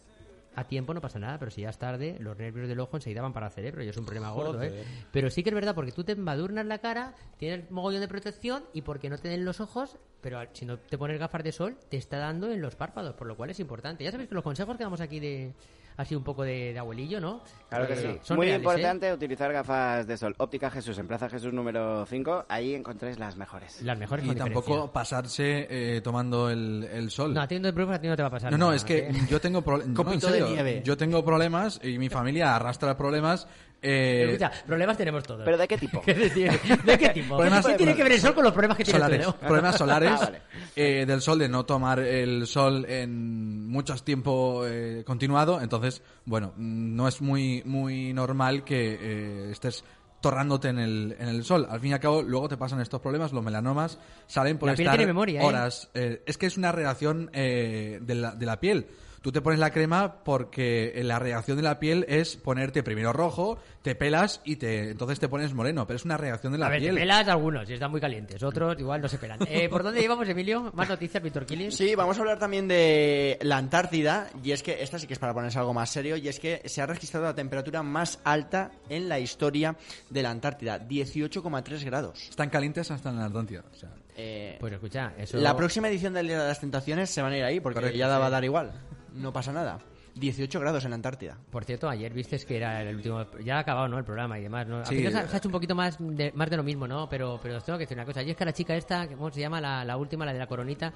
S2: a tiempo no pasa nada, pero si llegas tarde, los nervios del ojo enseguida van para el cerebro y es un problema gordo, ¿eh? Pero sí que es verdad porque tú te embadurnas la cara, tienes mogollón de protección y porque no te den los ojos, pero al- si no te pones gafas de sol, te está dando en los párpados, por lo cual es importante. Ya sabéis que los consejos que damos aquí de... Así un poco de, de abuelillo, ¿no?
S3: Claro que
S2: Eh,
S3: sí.
S2: son
S3: Muy
S2: reales, ¿eh?
S3: importante utilizar gafas de sol. Óptica Jesús, en Plaza Jesús número 5. Ahí encontráis las mejores.
S2: Las mejores
S7: Y
S2: con
S7: tampoco
S2: diferencia.
S7: pasarse eh, tomando el, el sol.
S2: No, teniendo el proof a ti no te va a pasar.
S7: No, no,
S2: nada,
S7: es que
S2: ¿eh?
S7: yo tengo problemas.
S4: Copito de nieve.
S7: Yo tengo problemas y mi familia arrastra problemas. Eh,
S2: Escucha, problemas tenemos todos.
S3: ¿Pero de qué tipo?
S2: Es decir, ¿De qué tipo?
S7: Pues Problemas-
S2: ¿Qué tiene que ver el sol con los problemas que tienes tú,
S7: solares,
S2: Leo?
S7: problemas solares
S3: Ah, vale.
S7: eh, del sol de no tomar el sol en muchos tiempo eh, continuado entonces bueno mm, no es muy muy normal que eh, estés torrándote en el, en el sol al fin y al cabo luego te pasan estos problemas los melanomas salen por
S2: La piel
S7: estar
S2: tiene memoria, ¿eh?
S7: horas eh, es que es una reacción eh, de, la, de la piel Tú te pones la crema porque eh, la reacción de la piel es ponerte primero rojo, te pelas y te entonces te pones moreno, pero es una reacción de la
S2: A ver, te
S7: piel.
S2: pelas algunos, y están muy calientes. Otros igual no se pelan. Eh, ¿Por dónde llevamos, Emilio? ¿Más noticias, Víctor Kilis?
S4: Sí, vamos a hablar también de la Antártida, y es que esta sí que es para ponerse algo más serio, y es que se ha registrado la temperatura más alta en la historia de la Antártida, 18,3 grados.
S7: Están calientes hasta en la Antártida. O sea,
S4: Eh,
S2: Pues escucha, eso...
S4: la próxima edición del Día de las Tentaciones se van a ir ahí, porque
S7: Correcto,
S4: ya va a
S7: sí.
S4: dar igual, no pasa nada. 18 grados en la Antártida.
S2: Por cierto, ayer viste que era el último... Ya ha acabado, ¿no? El programa y demás, ¿no? Al
S7: Sí.
S2: final se ha- se ha hecho un poquito más de, más de lo mismo, ¿no? Pero, pero os tengo que decir una cosa. Y es que la chica esta, que- ¿cómo se llama? La, la última, la de la coronita...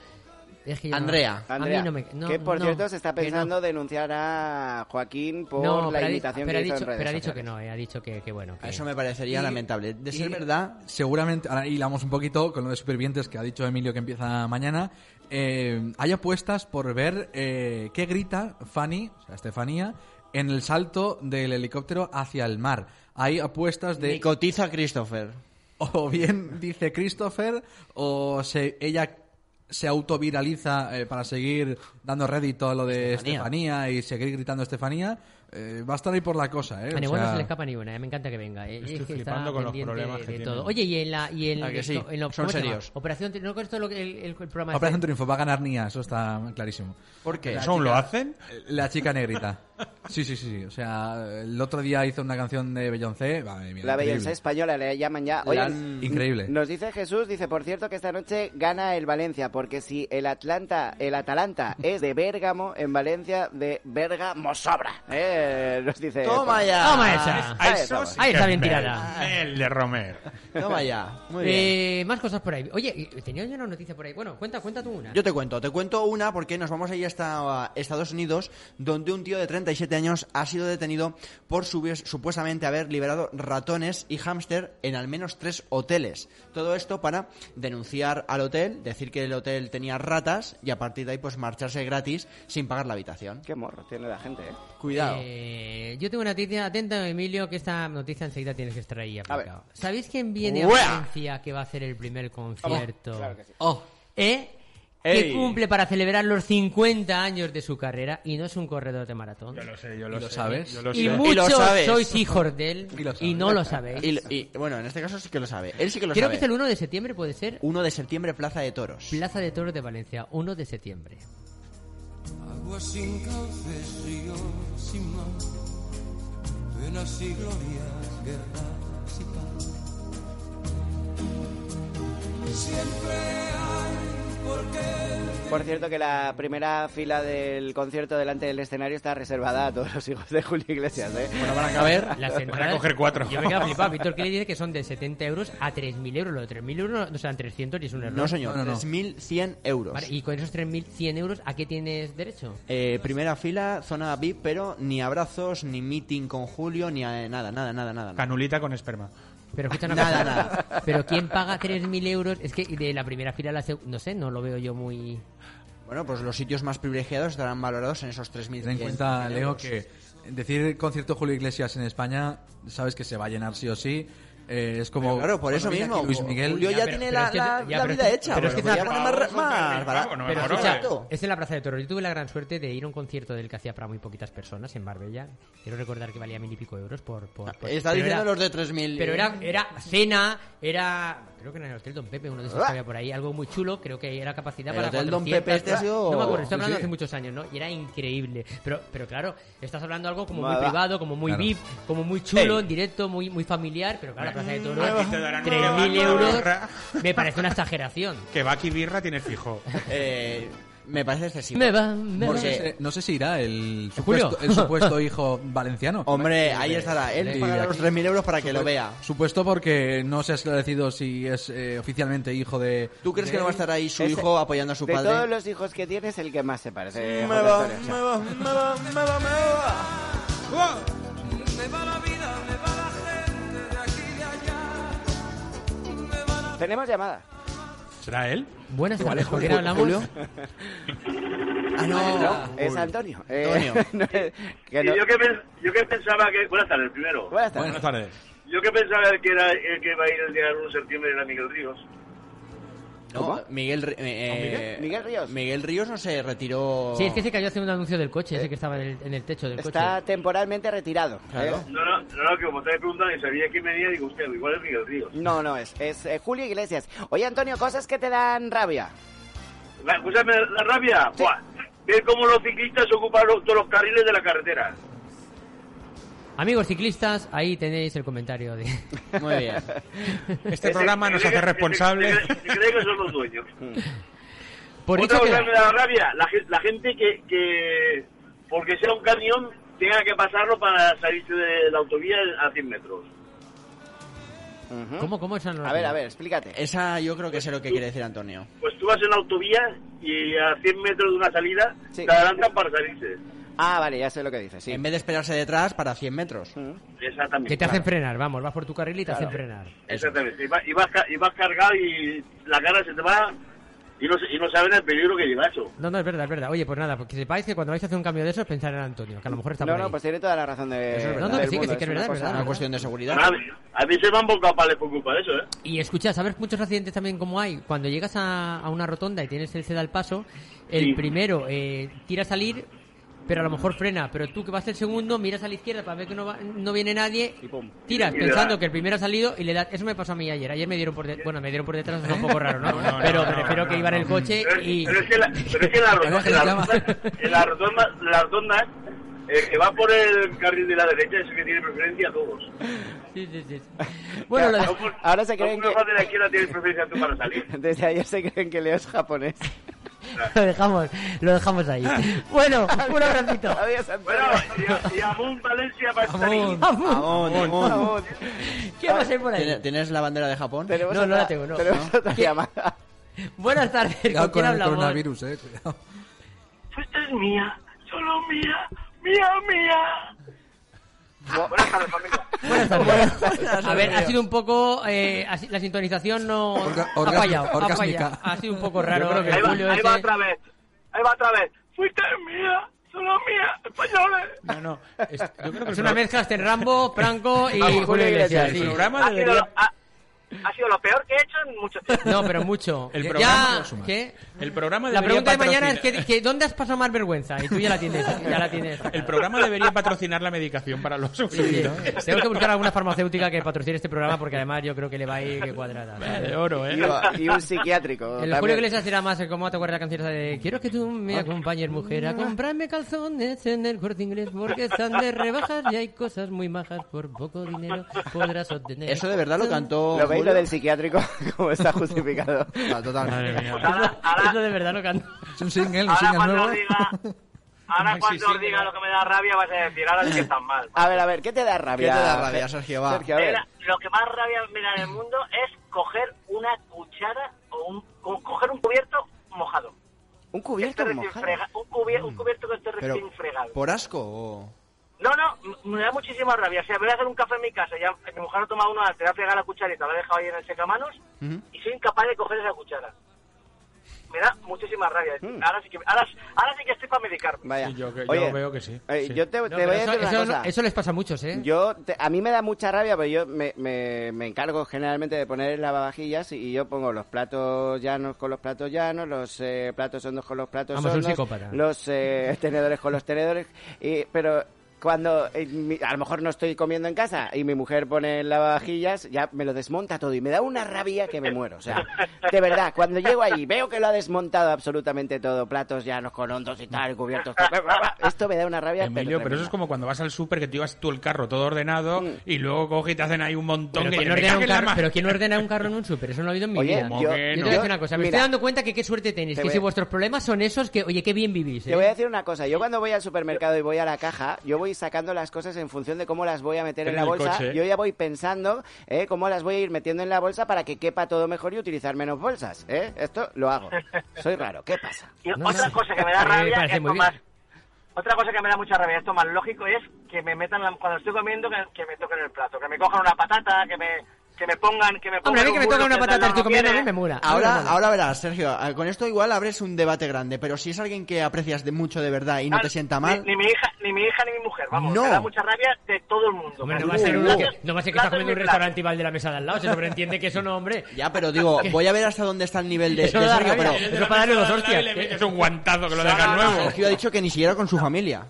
S2: Es que yo no-
S4: Andrea.
S2: a mí
S3: Andrea,
S2: no me- no,
S3: que por
S2: no,
S3: cierto se está
S2: que no.
S3: pensando denunciar a Joaquín por
S2: No,
S3: la
S2: pero ha di-
S3: imitación
S2: pero
S3: que
S2: ha
S3: hizo
S2: dicho,
S3: en redes
S2: pero ha dicho que
S3: sociales.
S2: no, eh, ha dicho que, que bueno.
S4: A
S2: que-
S4: Eso me parecería
S7: Y-
S4: lamentable. De ser
S7: y-
S4: verdad,
S7: seguramente, ahora hilamos un poquito con lo de supervivientes que ha dicho Emilio que empieza mañana. eh, hay apuestas por ver eh, qué grita Fanny, o sea, Estefanía, en el salto del helicóptero hacia el mar. Hay apuestas de.
S4: Nicotiza Christopher.
S7: O bien dice Christopher, o se, ella se autoviraliza eh, para seguir dando rédito a lo de
S4: Estefanía.
S7: Estefanía, y seguir gritando Estefanía. Eh, va a estar ahí por la cosa, ¿eh?
S2: A
S7: O
S2: ninguno
S7: sea-
S2: se le escapa ni una, eh, me encanta que venga. eh,
S5: Estoy
S2: es que está
S5: flipando con los
S2: pendiente
S5: problemas que
S2: de
S5: tienen.
S2: todo. Oye, y en la. Y en,
S4: ¿A Ah, que sí?
S2: en los-
S4: Son
S2: ¿cómo se llama?
S4: serios.
S2: Operación. Tri- No, con esto lo que- el, el- el programa.
S7: Operación
S2: este.
S7: Triunfo, va a ganar Nia, eso está clarísimo. eh,
S4: ¿Por qué?
S5: ¿Eso aún lo hacen?
S7: La chica negrita. Sí, sí, sí, sí. O sea, el otro día hizo una canción de Beyoncé. madre mía,
S3: La
S7: increíble.
S3: belleza española le llaman ya.
S4: La
S3: Oye,
S4: han-
S7: Increíble.
S3: nos dice Jesús, dice, por cierto que esta noche gana el Valencia, porque si el Atlanta, el Atalanta es de Bérgamo, en Valencia de Bérgamo sobra. Eh, nos dice.
S4: Toma
S3: por-
S4: ya.
S2: Toma esa.
S3: Ahí estaba.
S5: sí
S2: Ahí
S5: que
S2: está
S5: es
S2: bien
S5: Mel.
S2: tirada.
S5: Mel de Romer.
S4: Toma ya. Muy bien.
S2: Eh, más cosas por ahí. Oye, y- tenía yo una noticia por ahí. Bueno, cuenta, cuenta tú una.
S4: Yo te cuento, te cuento una porque nos vamos a ir hasta a Estados Unidos, donde un tío de 37 años, ha sido detenido por subi- supuestamente haber liberado ratones y hámster en al menos tres hoteles. Todo esto para denunciar al hotel, decir que el hotel tenía ratas y a partir de ahí pues marcharse gratis sin pagar la habitación.
S3: Qué morro tiene la gente, ¿eh?
S4: Cuidado.
S2: Eh, yo tengo una noticia, atenta Emilio, que esta noticia enseguida tienes que estar ahí aplicado. ¿Sabéis quién viene
S4: Ué.
S2: a Valencia que va a hacer el primer concierto?
S4: Oh.
S2: ¿Eh?
S4: Ey.
S2: Que cumple para celebrar los 50 años de su carrera y no es un corredor de maratón.
S5: Yo lo sé, yo lo,
S7: ¿Lo
S5: sé,
S7: sabes?
S5: Yo lo
S2: Y
S5: sé.
S4: mu-
S2: muchos
S4: sabes.
S2: sois hijos de él
S4: Y lo
S2: y,
S4: sabes.
S2: no lo sabéis.
S4: Y, y, bueno, en este caso sí que lo sabe. Él sí que lo
S2: Creo que
S4: sabe.
S2: es el 1 de septiembre, puede ser.
S4: 1 de septiembre, Plaza de Toros.
S2: Plaza de Toros de Valencia, 1 de septiembre.
S1: Agua sin cauces, río sin mar, penas y glorias, guerras y paz. Siempre hay por qué.
S3: Por cierto, que la primera fila del concierto delante del escenario está reservada a todos los hijos de Julio Iglesias, ¿eh?
S4: Bueno, van a caber.
S2: Las
S5: Van a
S2: entradas-
S5: coger cuatro.
S2: Yo me quedo flipado. Víctor Kelly dice que son de 70 euros a 3.000 euros. Lo de 3.000 euros no sean 300 y es un error.
S4: No, señor.
S7: No, no, no.
S4: 3.100 euros.
S2: Vale, y con esos 3.100 euros, ¿a qué tienes derecho?
S4: Eh, primera fila, zona VIP, pero ni abrazos, ni meeting con Julio, ni eh, nada, nada, nada, nada. nada.
S5: Canulita con esperma.
S2: Pero escucha una
S4: Nada,
S2: cosa.
S4: nada.
S2: Pero ¿quién paga 3.000 euros? Es que de la primera fila a la segunda... No sé, no lo veo yo muy...
S4: Bueno, pues los sitios más privilegiados estarán valorados en esos 3.100
S7: Ten en cuenta, Leo,
S4: euros.
S7: que decir concierto Julio Iglesias en España, sabes que se va a llenar sí o sí. Eh, es como.
S4: Pero claro, por
S7: cuando
S4: eso
S7: viene
S4: mismo.
S7: aquí Luis Miguel.
S4: Julio ya,
S2: pero-
S4: tiene
S2: pero
S4: la,
S2: es que-
S4: la-
S2: ya, pero
S4: la
S2: es
S4: vida
S2: que-
S4: hecha.
S2: pero es que
S4: bueno,
S2: está-
S4: voy a poner más- más barato.
S5: no me
S2: Pero
S5: moro,
S2: escucha,
S5: eh.
S2: es en la Plaza de Toros. Yo tuve la gran suerte de ir a un concierto del que hacía para muy poquitas personas en Marbella. Quiero recordar que valía mil y pico euros por... por, por-
S4: Está
S2: pero
S4: diciendo
S2: era-
S4: los de 3.000.
S2: Pero era, era Ah, cena, era. Creo que era en el Hotel Don Pepe, uno de esos que había por ahí, algo muy chulo. Creo que era capacidad
S4: Ah. El
S2: para.
S4: Hotel Don
S2: 400,
S4: Pepe este ha sido-
S2: No me acuerdo, estoy
S4: sí,
S2: hablando
S4: sí.
S2: hace muchos años, ¿no? Y era increíble. Pero, pero claro, estás hablando algo como
S3: Va,
S2: muy
S3: va.
S2: privado, como muy
S7: Claro.
S2: VIP, como muy chulo, en directo, muy, muy familiar. Pero claro, la plaza de toros,
S5: Aquí te darán
S2: 3.000
S5: una
S2: euros.
S5: barra.
S2: Me parece una exageración.
S5: Que va aquí birra tienes fijo.
S4: Eh, me parece excesivo.
S2: Me va, me
S7: No
S2: va.
S4: Porque-
S7: sé, no sé si irá el
S2: Julio?
S7: supuesto, el supuesto hijo valenciano.
S4: Hombre, ahí estará. Él
S7: Sí,
S4: pagará
S7: aquí.
S4: los 3.000 euros para que lo vea.
S7: Supuesto porque no se ha esclarecido si es eh, oficialmente hijo de.
S4: ¿Tú crees que no va a estar ahí su
S3: Ese-
S4: hijo apoyando a su
S3: de
S4: padre?
S3: todos los hijos que tiene es el que más se parece. a
S4: Me
S3: Julio
S4: va,
S3: Iglesias.
S4: me va, me va, me va, me va.
S1: Me va la vida, me va la gente de aquí y de allá.
S3: Tenemos llamada.
S5: ¿Será él?
S2: Buenas tardes, ¿con quién hablamos?
S4: Ah, no.
S3: Es Antonio. Eh,
S4: Antonio.
S3: no es- que no-
S10: Y yo que, pens- yo que pensaba que... Buenas tardes, primero.
S3: Buenas tardes.
S5: Buenas tardes.
S10: Yo que pensaba el que era el que va a ir el día 1 de septiembre era Miguel Ríos.
S4: No, Miguel, Ri- eh,
S3: Miguel? Miguel Ríos.
S4: Miguel Ríos no se retiró.
S2: Sí, es que se cayó haciendo un anuncio del coche, ese que estaba en el, en el techo del
S3: Está
S2: coche.
S3: temporalmente retirado.
S4: Claro.
S3: ¿eh?
S10: No, no, no, no, que como ustedes preguntan y sabía quién venía, digo, usted, igual es Miguel Ríos.
S3: No, no es. Es eh, Julio Iglesias. Oye, Antonio, cosas que te dan rabia.
S10: La, escúchame, la rabia, ¡buah! ver cómo los ciclistas ocupan los- todos los carriles de la carretera.
S2: Amigos ciclistas, ahí tenéis el comentario de.
S4: Muy bien.
S5: Este programa
S10: Se
S5: nos
S10: cree
S5: hace
S10: que-
S5: responsable.
S10: Se, cree- se cree que son los dueños.
S2: Por
S10: Otra
S2: dicho
S10: cosa
S2: que.
S10: que me da rabia, la, gen- la gente que, que, porque sea un camión, tenga que pasarlo para salirse de la autovía a 100 metros.
S3: Ujú.
S2: ¿Cómo, cómo eso no lo
S3: A ver,
S2: tengo?
S3: a ver, explícate.
S4: Esa yo creo que sé lo que quiere decir Antonio.
S10: Pues tú vas en la autovía y a 100 metros de una salida
S3: Sí.
S10: te adelantan para salirse.
S3: Ah, vale, ya sé lo que dices. Sí.
S4: En vez de esperarse detrás para 100 metros.
S10: Exactamente.
S2: Que te hacen frenar, vamos, vas por tu carril y te hacen frenar.
S10: Exactamente. Y vas, y, vas, ca- y vas cargado y la cara se te va y no, se- y no saben el peligro que lleva eso.
S2: No, no, es verdad, es verdad. Oye, pues nada, porque sepáis que cuando vais a hacer un cambio de esos, pensar en Antonio, que a lo mejor está
S3: No,
S2: por
S3: no,
S2: ahí.
S3: pues tiene toda la razón de.
S2: es verdad. No, no,
S3: del
S2: que sí, que sí,
S3: mundo.
S2: que es
S3: una
S2: verdad, es
S3: cosa-
S4: Una
S2: verdad.
S4: cuestión de seguridad.
S10: A mí, a mí se me han volcado pales por culpa de eso, ¿eh?
S2: Y escucha, ¿sabes muchos accidentes también como hay? Cuando llegas a, a una rotonda y tienes el ceda al paso, el
S10: Sí.
S2: primero eh, tira a salir, pero a lo mejor frena. Pero tú que vas el segundo, miras a la izquierda para ver que no, va- no viene nadie, tiras
S10: Y le
S2: pensando
S10: das.
S2: que el primero ha salido y le das. Eso me pasó a mí ayer. Ayer me dieron por detrás. Bueno, me dieron por detrás, es un poco raro, ¿no?
S5: No, no, no,
S2: pero
S5: no,
S2: me refiero
S5: no,
S2: que
S5: no,
S2: iba en el
S5: no.
S2: coche
S10: Pero,
S2: y.
S10: pero es que, la, pero es que en la rotonda-
S7: Ángel
S10: en la
S7: llama.
S10: rotonda- en la rotonda- las rondas, el que va por el carril de la derecha es el que tiene preferencia a todos.
S2: Sí, sí, sí. Bueno, lo de-
S3: Ahora se creen
S10: Algunos
S3: que-
S10: más de la izquierda tienen preferencia tú para salir.
S3: Desde ayer se creen que Leo es japonés.
S2: lo dejamos, lo dejamos ahí. Bueno, un abracito.
S3: Adiós, Antonio.
S10: Bueno, y, a- y a Moon Valencia va a estar ahí.
S4: Amón, amón.
S3: Vamos.
S2: ¿Qué va a ser por
S4: ¿Tiene-
S2: ahí?
S4: ¿Tienes la bandera de Japón?
S3: Tenemos
S2: No, no la
S3: otra-
S2: tengo, no.
S3: Tenemos otra llamada.
S2: Buenas tardes, ¿con
S7: Cuidado con
S2: quién
S7: el
S2: hablamos?
S7: coronavirus, eh. cuidado.
S10: Esta es mía, solo mía,
S9: mía, mía. Buenas tardes, familia.
S2: A ver, ha sido un poco. eh, ha si- la sintonización no.
S11: orga-
S2: ha fallado. Ha,
S11: orgásmica.
S2: fallado. ha sido un poco raro. el
S9: Ahí va,
S2: Julio este.
S9: ahí va
S2: ese.
S9: otra vez. Ahí va otra vez. Fuiste mía, solo mía, españoles.
S5: No, no. Es, yo creo que el
S2: Es una
S5: pro-
S2: mezcla entre Rambo, Franco y
S3: Vamos,
S2: Julio
S3: Julio
S2: Iglesias.
S3: Iglesias,
S5: El
S2: sí.
S5: programa
S9: Ha sido,
S5: debería,
S9: lo, ha, ha sido lo peor que he hecho en mucho tiempo.
S2: No, pero mucho.
S5: El
S2: Ya,
S5: programa lo suma.
S2: ¿qué?
S5: el programa
S2: La
S5: debería
S2: pregunta de mañana es:
S5: patrocinar-
S2: que, que ¿dónde has pasado más vergüenza? Y tú ya la tienes. Ya la tienes.
S5: El programa debería patrocinar la medicación para los
S2: Sí,
S5: suscritos.
S2: tengo que buscar alguna farmacéutica que patrocine este programa porque además yo creo que le va a ir que cuadrada.
S5: De oro, ¿eh?
S3: Y, y un psiquiátrico.
S2: El
S3: también.
S2: Julio Iglesias era más como te acuerdas la canción esa de Quiero que tú me
S4: Ah.
S2: acompañes, mujer, a comprarme calzones en el corte inglés porque están de rebajas y hay cosas muy majas por poco dinero podrás obtener.
S4: Eso de verdad lo cantó.
S3: ¿Lo veis lo
S4: Julio?
S3: del psiquiátrico? ¿Cómo está justificado?
S4: Ah, totalmente.
S5: Madre mía.
S2: Eso de verdad lo canto.
S11: Es un single, un
S9: Pues Ahora
S11: single
S9: cuando
S11: nuevo.
S9: os diga, ahora
S5: Sí,
S9: cuando
S5: sí,
S9: os
S5: sí,
S9: diga
S5: claro.
S9: lo que me da rabia vas a decir, ahora sí que estás mal.
S3: A ver, a ver, ¿qué te da rabia?
S4: ¿Qué te da rabia, Sergio? Va.
S3: Sergio, a ver.
S9: Era- lo que más rabia me da en el mundo es coger una cuchara o un, co- coger un cubierto mojado.
S3: Un
S9: Que esté
S3: cubierto
S9: recién
S3: mojado.
S9: frega- un, cubier- un cubierto que esté
S4: Pero,
S9: recién fregado.
S4: ¿por asco o.?
S9: No, no, m- me da muchísima rabia. O sea, me voy a hacer un café en mi casa, ya mi mujer ha tomado uno antes, le ha fregado la cucharita, la he dejado ahí en el secamanos
S4: Ujú.
S9: y soy incapaz de coger esa cuchara. Me da muchísima rabia. Ahora, sí que, ahora, ahora sí que estoy para medicarme.
S3: Vaya.
S5: Sí, yo que- yo
S3: Oye,
S5: veo que sí,
S3: eh,
S5: sí.
S3: Yo te,
S2: No,
S3: te
S2: pero
S3: voy a
S2: eso,
S3: decir una
S2: eso-
S3: cosa.
S2: eso les pasa a muchos, ¿eh?
S3: Yo te- a mí me da mucha rabia, pero yo me, me, me encargo generalmente de poner el lavavajillas y, y yo pongo los platos llanos con los platos llanos, los eh, platos hondos con los platos
S2: Vamos, un
S3: hondos,
S2: psicópata.
S3: los eh, tenedores con los tenedores, y- pero cuando eh, mi- a lo mejor no estoy comiendo en casa y mi mujer pone el lavavajillas, ya me lo desmonta todo y me da una rabia que me muero, o sea, de verdad, cuando llego ahí veo que lo ha desmontado absolutamente todo, platos llanos con hondos y tal, cubiertos, esto me da una rabia.
S5: Emilio, pero eso es
S3: tremenda.
S5: como cuando vas al súper que te llevas tú el carro todo ordenado y luego coges y te hacen ahí un montón
S2: Pero
S5: que
S2: ¿quién,
S5: me
S2: ordena
S5: cago
S2: un
S5: en la
S2: carro,
S5: ma-
S2: pero ¿quién ordena un carro en un súper? Eso no lo he oído en mi
S3: Oye,
S2: vida.
S5: yo-
S2: yo te
S5: yo
S2: voy a decir una cosa. Me
S3: mira,
S2: estoy dando cuenta que qué suerte tenéis.
S3: te
S2: que
S3: voy
S2: si
S3: a-
S2: vuestros problemas son esos, que oye, qué bien vivís. ¿eh?
S3: Te voy a decir una cosa, yo cuando voy al supermercado y voy a la caja, yo voy sacando las cosas en función de cómo las voy a meter
S5: Pero
S3: en
S5: en
S3: la
S5: el
S3: bolsa,
S5: coche.
S3: yo ya voy pensando eh, cómo las voy a ir metiendo en la bolsa para que quepa todo mejor y utilizar menos bolsas. ¿eh? Esto lo hago. Soy raro, ¿qué pasa?
S9: Y
S2: No,
S9: otra
S2: no.
S9: cosa que me
S2: A
S9: da
S2: mí me
S9: rabia,
S2: parece
S9: esto
S2: muy bien.
S9: más, otra cosa que me da mucha rabia, esto más lógico, es que me metan, la- cuando estoy comiendo, que, que me toquen el plato, que me cojan una patata, que me, que me pongan, que me pongan
S2: Hombre, a mí
S9: un
S2: que me
S9: bulo
S2: toca una
S9: el
S2: patata
S9: lado
S2: estoy
S9: no
S2: comiendo, a mí
S9: quiere.
S2: me mola. A mí me
S4: Ahora,
S2: mola.
S4: ahora verás, Sergio, ah, con esto igual abres un debate grande, pero si es alguien que aprecias de mucho de verdad y no
S9: Ah,
S4: te sienta
S9: ni-
S4: mal,
S9: Ni, mi hija, ni mi hija ni mi mujer, vamos,
S4: No.
S9: me da mucha rabia de todo el mundo.
S2: Hombre, no
S9: Platos,
S2: va a
S3: Uh,
S2: ser una que,
S9: platos,
S2: no va a ser que
S9: platos
S2: estás comiendo
S9: y
S2: en un
S9: platos.
S2: restaurante y va el de la mesa de al lado. Se sobreentiende que eso no, hombre.
S4: ya, pero digo, voy a ver hasta dónde está el nivel de,
S2: Eso
S4: de
S2: da
S4: Sergio,
S2: rabia.
S4: pero
S2: Eso para darle dos hostias.
S5: Le metes un guantazo que lo dejas
S9: no, no,
S5: nuevo.
S4: Sergio ha dicho que ni siquiera con su familia,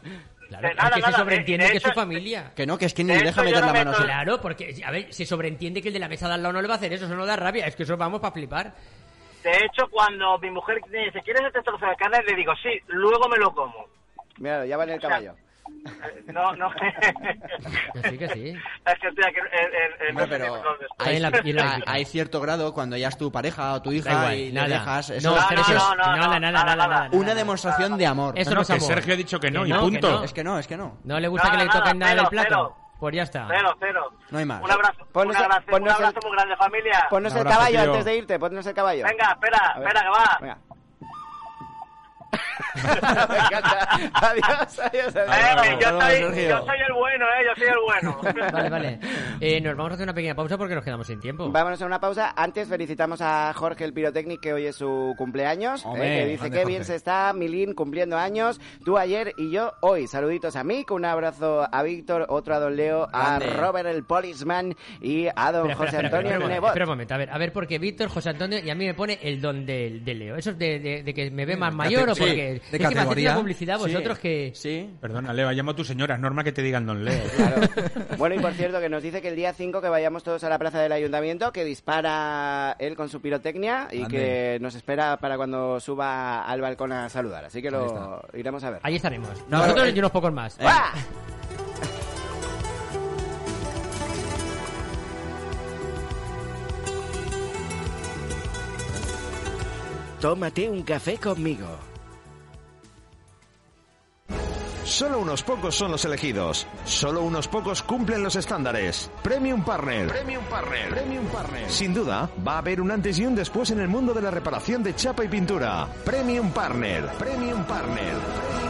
S2: Claro,
S9: De nada,
S2: es que se
S9: nada,
S2: sobreentiende
S9: eh, de- de
S2: que es su
S9: hecho-
S2: familia.
S4: que no, que es que ni
S9: De
S4: le deja
S9: hecho, yo
S4: meter
S9: no
S4: la mano.
S9: meto-
S4: Sergio.
S2: Claro, porque, a ver, se sobreentiende que el de la mesa de al lado no le va a hacer eso. Eso no da rabia. Es que eso vamos para flipar.
S9: De hecho, cuando mi mujer me dice, ¿quieres este trozo de carne? Le digo, sí, luego me lo como.
S3: Mira, ya va en el caballo.
S9: Eh, No, no.
S2: Que sí, que sí.
S9: es que estoy aquí en- en- en-
S4: Hombre, pero
S9: ¿dónde estoy?
S4: hay,
S2: En la- en la-
S4: hay- hay cierto grado cuando ya es tu pareja o tu hija
S2: Da igual,
S4: y
S2: nada.
S4: le dejas eso
S2: no,
S4: es-
S2: pero
S4: eso
S2: eso es-
S4: es
S9: no, no,
S2: nada,
S9: no,
S2: nada,
S9: nada,
S2: nada,
S9: nada.
S2: nada,
S4: una
S2: nada.
S4: demostración de amor.
S2: Eso
S5: No,
S2: no
S5: no,
S2: es
S5: que
S2: amor.
S5: Sergio ha dicho que no,
S2: Que
S5: y
S2: no, que
S5: punto.
S2: no.
S4: Es que no, es que no.
S2: No le gusta
S9: No,
S2: que le
S9: no,
S2: toquen
S9: no,
S2: nada del
S9: cero,
S2: plato.
S9: cero.
S2: Pues ya está.
S9: Cero, cero.
S4: No hay más.
S9: Un abrazo,
S3: Ponnos
S9: un
S3: el-
S9: abrazo,
S3: ponnos
S9: un abrazo
S3: el-
S9: muy grande, familia.
S3: Ponnos el
S5: abrazo,
S3: caballo
S5: tío.
S3: antes de irte, ponnos el caballo.
S9: Venga, espera,
S3: A ver,
S9: espera, que va.
S3: venga. Me encanta. Adiós, adiós,
S9: Eh,
S3: adiós.
S9: yo,
S4: Saludos,
S9: soy,
S4: Sergio.
S9: yo soy el bueno, eh, yo soy el bueno.
S2: Vale, vale. Eh, nos vamos a hacer una pequeña pausa porque nos quedamos sin tiempo.
S3: Vámonos a una pausa. Antes felicitamos a Jorge el Pirotecnic, que hoy es su cumpleaños.
S11: Hombre,
S3: eh, que dice
S11: grande
S3: que bien
S11: Jorge.
S3: se está, Milín cumpliendo años. Tú ayer y yo hoy. Saluditos a Mick, un abrazo a Víctor, otro a Don Leo, a
S4: Grande.
S3: Robert el Policeman y a Don
S2: Espera, espera,
S3: José
S2: espera,
S3: Antonio
S2: espera, espera,
S3: Nebot.
S2: espera un momento, a ver, a ver, porque Víctor, José Antonio y a mí me pone el don del de Leo. ¿Eso es de, de- de que me ve
S4: Mm,
S2: más mayor o
S11: sí, de
S2: porque es que me hacéis
S11: categoría.
S2: una publicidad vosotros
S4: Sí.
S2: que
S4: Sí.
S5: Perdona, Leo, llamo a tu señora, es normal que te digan don Leo.
S3: Claro. Bueno, y por cierto, que nos dice que el día 5 que vayamos todos a la plaza del ayuntamiento, que dispara él con su pirotecnia y
S11: Ande.
S3: que nos espera para cuando suba al balcón a saludar. Así que lo iremos a ver.
S2: ahí estaremos.
S4: No, eh,
S2: Nosotros
S4: pero-
S2: y unos pocos más.
S3: ¡Ah!
S12: Tómate un café conmigo.
S13: Solo unos pocos son los elegidos. Solo unos pocos cumplen los estándares. Premium Partner. Premium Partner. Premium Partner. Sin duda, va a haber un antes y un después en el mundo de la reparación de chapa y pintura. Premium Partner. Premium Partner. Premium Partner.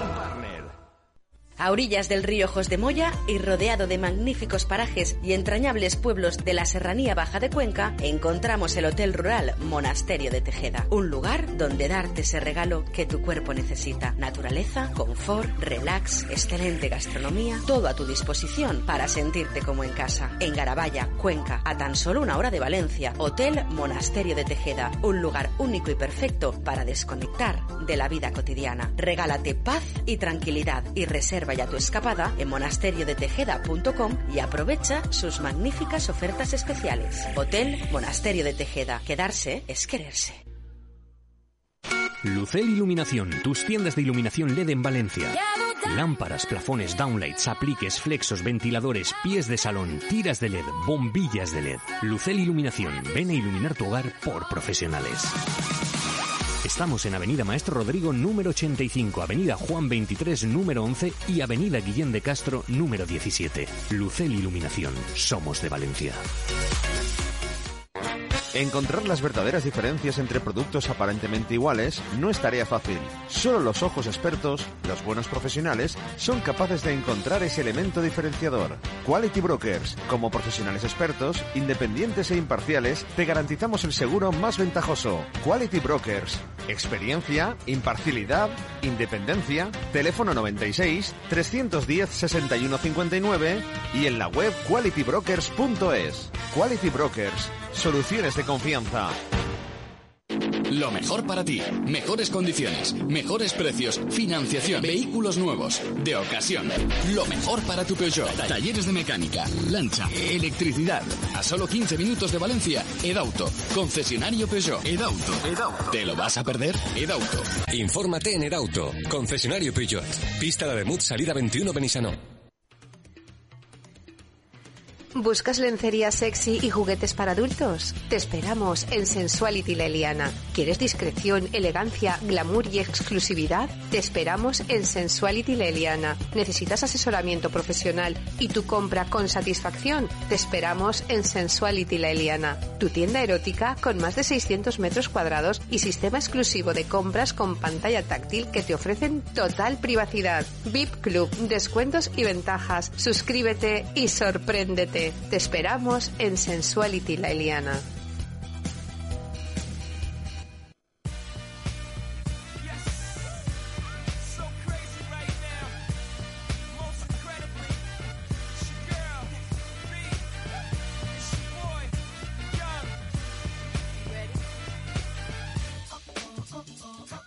S14: a orillas del río Jos de Moya y rodeado de magníficos parajes y entrañables pueblos de la Serranía Baja de Cuenca, encontramos el Hotel Rural Monasterio de Tejeda, un lugar donde darte ese regalo que tu cuerpo necesita. Naturaleza, confort, relax, excelente gastronomía, todo a tu disposición para sentirte como en casa. En Garabaya, Cuenca, a tan solo una hora de Valencia, Hotel Monasterio de Tejeda, un lugar único y perfecto para desconectar de la vida cotidiana. Regálate paz y tranquilidad y reserva ya tu escapada en monasteriodetejeda.com y aprovecha sus magníficas ofertas especiales. Hotel Monasterio de Tejeda, quedarse es quererse.
S15: Lucel Iluminación, tus tiendas de iluminación LED en Valencia. Lámparas, plafones, downlights, apliques, flexos, ventiladores, pies de salón, tiras de LED, bombillas de LED. Lucel Iluminación, ven a iluminar tu hogar por profesionales. Estamos en Avenida Maestro Rodrigo número 85, Avenida Juan 23 número 11 y Avenida Guillén de Castro número 17. Lucel Iluminación, somos de Valencia.
S13: Encontrar las verdaderas diferencias entre productos aparentemente iguales no es tarea fácil. Solo los ojos expertos, los buenos profesionales, son capaces de encontrar ese elemento diferenciador. Quality Brokers, como profesionales expertos, independientes e imparciales, te garantizamos el seguro más ventajoso. Quality Brokers. Experiencia, imparcialidad, independencia. Teléfono 96 310 6159 y en la web qualitybrokers.es. Quality Brokers. Soluciones de confianza.
S16: Lo mejor para ti. Mejores condiciones, mejores precios, financiación, vehículos nuevos, de ocasión. Lo mejor para tu Peugeot. Talleres de mecánica, lancha, electricidad. A solo 15 minutos de Valencia, Edauto. Concesionario Peugeot. Edauto. Edauto. ¿Te lo vas a perder? Edauto.
S17: Infórmate en Edauto, concesionario Peugeot. Pista la Bermud, salida 21 Benissanó.
S18: ¿Buscas lencería sexy y juguetes para adultos? Te esperamos en Sensuality La Eliana. ¿Quieres discreción, elegancia, glamour y exclusividad? Te esperamos en Sensuality La Eliana. ¿Necesitas asesoramiento profesional y tu compra con satisfacción? Te esperamos en Sensuality La Eliana. Tu tienda erótica con más de 600 metros cuadrados y sistema exclusivo de compras con pantalla táctil que te ofrecen total privacidad. VIP Club, descuentos y ventajas. Suscríbete y sorpréndete. Te esperamos en Sensuality La Eliana.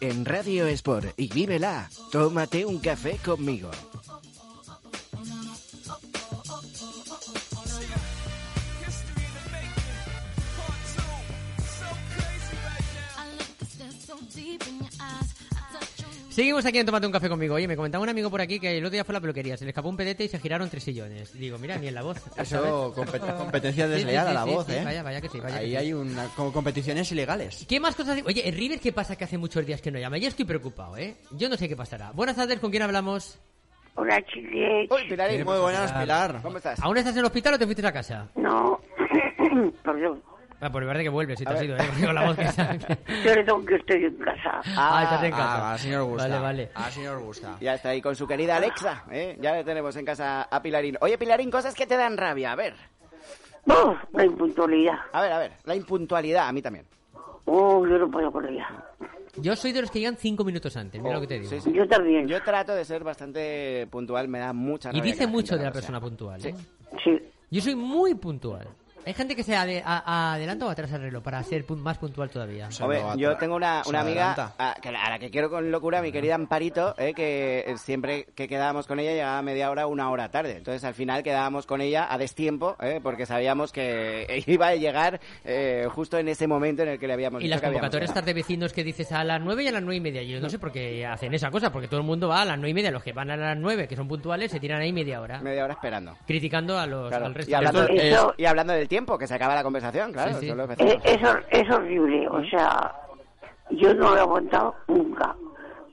S3: En Radio Sport y vívela, tómate un café conmigo.
S2: Seguimos aquí en Tómate un café conmigo. Oye, me comentaba un amigo por aquí que el otro día fue a la peluquería, se le escapó un pedete y se giraron tres sillones. Digo, mira, ni en la voz.
S4: Eso, compe- competencia
S2: Sí, sí,
S4: desleal a
S2: sí,
S4: la
S2: sí,
S4: voz,
S2: sí,
S4: ¿eh?
S2: vaya, vaya que sí, vaya que
S4: Ahí
S2: sí.
S4: hay una, como competiciones ilegales.
S2: ¿Qué más cosas? Oye, el River, ¿qué pasa que hace muchos días que no llama? Yo estoy preocupado, ¿eh? Yo no sé qué pasará. Buenas tardes, ¿con quién hablamos?
S19: Hola, chiquillos.
S2: ¿Qué
S4: Muy
S2: pasa,
S4: buenas, Pilar.
S3: ¿Cómo estás?
S2: ¿Aún estás en el hospital o te fuiste a casa?
S19: No. Perdón.
S2: Ah, por el verde que vuelves, si te has ido, ¿eh? Con la voz que sale.
S19: Perdón que estoy en casa.
S2: Ah, estás en casa.
S4: Ah, al señor gusta.
S2: Vale, vale.
S4: Al señor gusta.
S3: Ah, Ya está ahí con su querida Alexa, ¿eh? Ya le tenemos en casa a Pilarín. Oye, Pilarín, cosas que te dan rabia, a ver.
S19: la impuntualidad.
S3: A ver, a ver, la impuntualidad, a mí también.
S19: Oh, yo no puedo con ella.
S2: Yo soy de los que llegan cinco minutos antes, mira
S3: Oh,
S2: lo que te digo.
S3: sí, sí.
S19: Yo también.
S3: Yo trato de ser bastante puntual, me da mucha
S2: Y
S3: rabia. que
S2: dice
S3: la
S2: mucho
S3: gente
S2: de
S3: no
S2: la
S3: lo sea.
S2: persona puntual. ¿eh?
S19: Sí.
S2: Yo soy muy puntual. Hay gente que se ade- a- a- adelanta o atrás al reloj para ser pu- más puntual todavía.
S3: Hombre, yo tengo una,
S2: se
S3: una
S2: me
S3: amiga
S2: adelanta.
S3: a, que la- a la que quiero con locura, mi querida Amparito, eh, que eh, siempre que quedábamos con ella llegaba media hora, una hora tarde. Entonces al final quedábamos con ella a destiempo, eh, porque sabíamos que iba a llegar eh, justo en ese momento en el que le habíamos
S2: Y
S3: dicho
S2: las
S3: que habíamos
S2: convocatorias
S3: quedado.
S2: estas de vecinos que dices a las nueve y a las nueve y media. Yo no sé por qué hacen esa cosa, porque todo el mundo va a las nueve y media. Los que van a las nueve, que son puntuales, se tiran ahí media hora.
S3: Media hora esperando.
S2: Criticando a los,
S3: Claro,
S2: al resto.
S3: Y hablando,
S2: de-
S3: eh, y hablando del tiempo, que se acaba la conversación, claro.
S2: Sí, sí.
S3: eso es lo que
S19: Eh,
S3: hacemos.
S19: Es, hor- es horrible, o sea, yo no lo he aguantado nunca.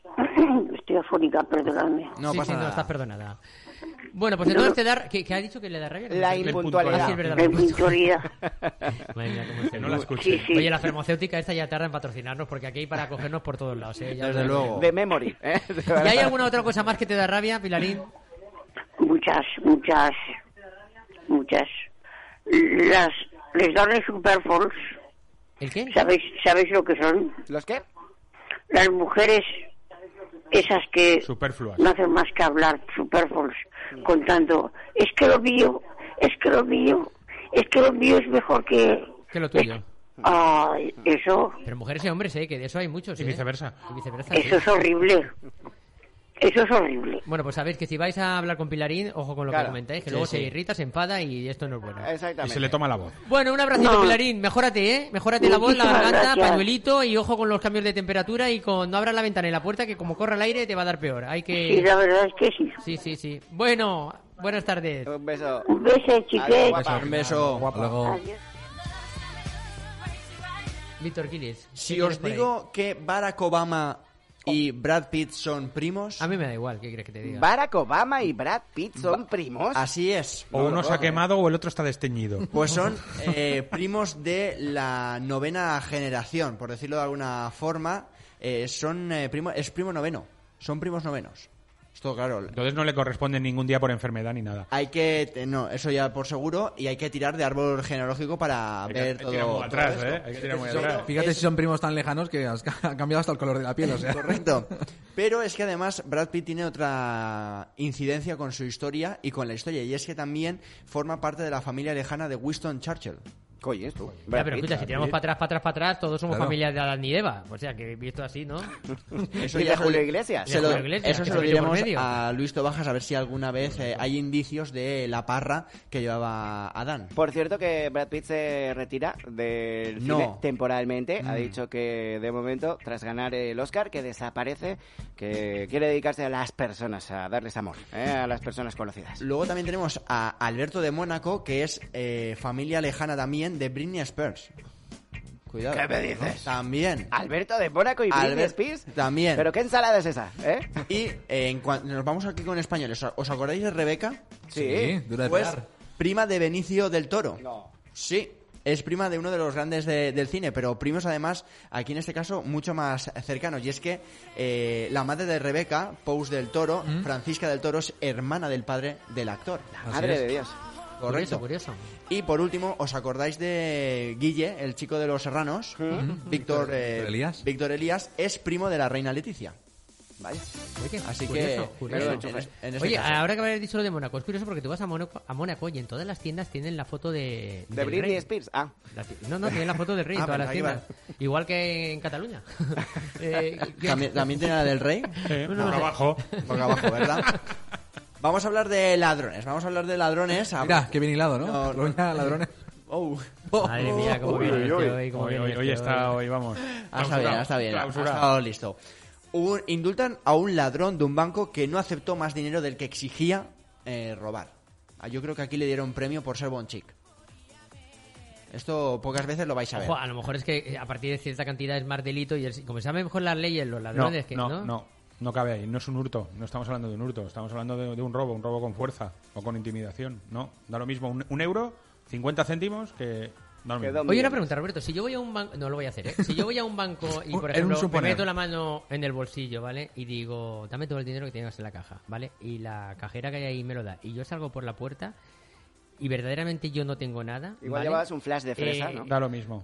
S19: Estoy afónica, perdonadme.
S2: Sí, sí, no, estás perdonada. Bueno, pues
S19: No.
S2: entonces te da... ¿Qué, qué ha dicho que le da rabia?
S3: La
S2: Ah, sí, es
S3: impuntualidad.
S2: verdad,
S3: La
S19: impuntualidad.
S2: Madre mía, cómo estoy.
S3: No la escuché. Sí, sí.
S2: Oye, la farmacéutica esta ya tarda en patrocinarnos porque aquí hay para cogernos por todos lados. ¿eh? Ya lo digo.
S3: De memory. ¿eh?
S2: ¿Y hay alguna otra cosa más que te da rabia, Pilarín?
S19: muchas, muchas, muchas. Las, les dan el Super Falls.
S2: ¿El qué?
S19: ¿Sabéis, ¿Sabéis lo que son?
S3: ¿Los qué?
S19: Las mujeres, esas que
S5: Superfluas.
S19: no hacen más que hablar superfluos, contando, es que lo mío, es que lo mío, es que lo mío es mejor que... ah,
S2: Que lo tuyo.
S19: Ay, eso,
S2: Pero mujeres y hombres, ¿eh? Que de eso hay muchos. Y
S5: viceversa.
S2: Y viceversa.
S19: eso es
S2: sí.
S19: horrible. Eso es horrible.
S2: Bueno, pues sabéis que si vais a hablar con Pilarín, ojo con lo
S19: Claro.
S2: que comentáis, que
S19: Sí,
S2: luego
S19: sí.
S2: se irrita, se enfada y esto no es bueno.
S5: Y se le toma la voz.
S2: Bueno, un abracito,
S5: No.
S2: Pilarín. Mejórate, ¿eh? Mejórate la voz, la
S5: Muchísimas
S2: garganta,
S5: gracias.
S2: pañuelito y ojo con los cambios de temperatura y con no abras la ventana y la puerta que como corra el aire te va a dar peor. Hay que...
S19: Sí, la verdad es que sí.
S2: Sí, sí, sí. Bueno, buenas tardes.
S3: Un beso.
S19: Un beso, chiquet.
S4: Un beso. Luego.
S2: Víctor Quiles.
S4: Si
S2: ¿qué tienes
S4: os
S2: por ahí?
S4: digo que Barack Obama y Brad Pitt son primos. A
S2: mí me da igual, ¿qué crees que te diga?
S3: Barack Obama y Brad Pitt son primos.
S4: Así es.
S5: O uno se ha quemado o el otro está desteñido.
S4: Pues son eh, primos de la novena generación, por decirlo de alguna forma. Eh, son eh, primo- es primo noveno. Son primos novenos. Esto, claro,
S5: Entonces no le corresponde ningún día por enfermedad ni nada.
S4: Hay que, eh, no, eso ya por seguro, y hay que tirar de árbol genealógico para
S5: Hay que- hay
S4: ver
S5: que
S4: todo.
S5: tirar muy
S4: todo
S5: atrás,
S4: esto.
S5: ¿eh? Hay que tirar muy
S4: Son-
S5: atrás.
S7: Fíjate si son primos tan lejanos que has ca- ha cambiado hasta el color de la piel, o sea.
S4: Correcto. Pero es que además Brad Pitt tiene otra incidencia con su historia y con la historia, y es que también forma parte de la familia lejana de Winston Churchill.
S3: Coye, esto.
S2: Ya, pero escucha, si tiramos para atrás, para atrás, para atrás, todos somos
S4: Claro.
S2: familia de Adán y Eva. O sea, que visto así, ¿no?
S4: Eso ya se lo- se
S2: Se
S4: lo-
S2: Iglesias.
S4: eso
S2: que
S4: se
S2: se
S4: lo
S2: metió por
S4: diremos
S2: medio.
S4: a Luis Tobajas a ver si alguna vez eh, hay indicios de la parra que llevaba Adán.
S3: Por cierto que Brad Pitt se retira del
S4: No.
S3: cine temporalmente. Ha
S4: Mm.
S3: dicho que de momento, tras ganar el Oscar, que desaparece, que quiere dedicarse a las personas, a darles amor, ¿eh? a las personas conocidas.
S4: Luego también tenemos a Alberto de Mónaco, que es eh, familia lejana también de Britney Spears. Cuidado.
S3: ¿Qué me dices?
S4: También.
S3: Alberto de Mónaco y Britney
S4: Albert-
S3: Spears.
S4: También.
S3: ¿Pero qué ensalada es esa? ¿Eh?
S4: Y eh, en cuan- nos vamos aquí con españoles. ¿Os acordáis de Rebeca?
S3: Sí. Sí, dura de
S4: Pues
S3: pelar.
S4: prima de Benicio del Toro.
S3: No.
S4: Sí. Es prima de uno de los grandes de- del cine, pero primos además, aquí en este caso, mucho más cercanos. Y es que eh, la madre de Rebeca, Pous del Toro,
S3: Mm.
S4: Francisca del Toro, es hermana del padre del actor. La
S3: madre es. de Dios.
S4: Correcto.
S2: Curioso,
S4: Y por último, ¿os acordáis de Guille, el chico de los serranos?
S7: Ujú.
S4: Víctor,
S7: Víctor
S4: eh,
S7: Elías.
S4: Víctor Elías es primo de la reina Leticia.
S3: Vaya.
S4: Así
S2: Curioso,
S4: que,
S2: curioso.
S4: en- en este
S2: Oye,
S4: caso.
S2: ahora que habéis dicho lo de Mónaco, es curioso porque tú vas a Mónaco, a Mónaco y en todas las tiendas tienen la foto de.
S3: De
S2: del
S3: Britney
S2: rey.
S3: Spears. Ah.
S2: La ti- No, no, tienen la foto del rey en
S3: Ah,
S4: pues
S2: todas las
S3: pensaba que
S2: tiendas. Igual que en Cataluña. Eh,
S4: ¿También, también tiene la del rey?
S5: Eh,
S4: No, no
S5: boca
S4: sé.
S5: abajo.
S4: Boca abajo, ¿verdad? Vamos a hablar de ladrones. Vamos a hablar de ladrones. A-
S7: Mira, qué bien hilado, ¿no?
S4: No, no.
S7: Cataluña, ladrones.
S4: Ah, Oh.
S2: Madre mía, cómo
S4: Uy,
S2: viene
S4: uy,
S2: este
S4: uy.
S2: hoy, cómo
S5: Hoy,
S2: viene
S5: hoy-
S2: este
S5: hoy está,
S2: hoy.
S5: hoy vamos.
S4: Ah, está bien,
S5: Clausurado,
S4: está bien. Ha
S5: clausurado.
S4: estado listo. Un- indultan a un ladrón de un banco que no aceptó más dinero del que exigía eh, robar. Ah, Yo creo que aquí le dieron premio por ser bon chic. Esto pocas veces lo vais a ver.
S2: Ojo, a lo mejor es que eh, a partir de cierta cantidad es más delito y el- como se saben mejor las leyes, los
S5: No,
S2: ladrones que
S5: no,
S2: no.
S5: no, no cabe ahí. No es un hurto. No estamos hablando de un hurto. Estamos hablando de, de un robo, un robo con fuerza o con intimidación. No, da lo mismo un, un euro, 50 céntimos, que da lo
S2: Oye,
S5: mismo.
S2: una pregunta, Roberto. Si yo voy a un banco. No lo voy a hacer, ¿eh? Si yo voy a un banco y,
S5: Un-
S2: por
S5: en un
S2: ejemplo, me
S5: suponer.
S2: meto la mano en el bolsillo, ¿vale? Y digo, dame todo el dinero que tengas en la caja, ¿vale? Y la cajera que hay ahí me lo da. Y yo salgo por la puerta y verdaderamente yo no tengo nada.
S3: Igual
S2: ¿vale?
S3: llevabas un flash de fresa,
S2: Eh,
S3: ¿no? ¿Mm?
S5: Da lo mismo.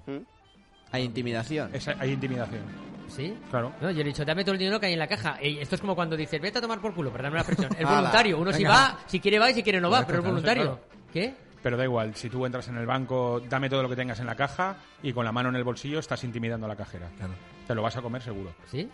S4: Hay intimidación.
S5: Es- hay intimidación.
S2: ¿Sí?
S5: Claro.
S2: No, yo le he dicho, dame todo el dinero que hay en la caja. Ey, esto es como cuando dices, vete a tomar por culo, perdóname la expresión.
S3: Ah,
S2: Es
S5: Ala,
S2: voluntario. Uno si
S5: venga.
S2: va, si quiere va y si quiere no va,
S5: Correcto,
S2: pero es
S5: claro,
S2: voluntario.
S5: claro.
S2: ¿Qué?
S5: Pero da igual, si tú entras en el banco, dame todo lo que tengas en la caja y con la mano en el bolsillo estás intimidando a la cajera. Te lo vas a comer seguro.
S2: ¿Sí?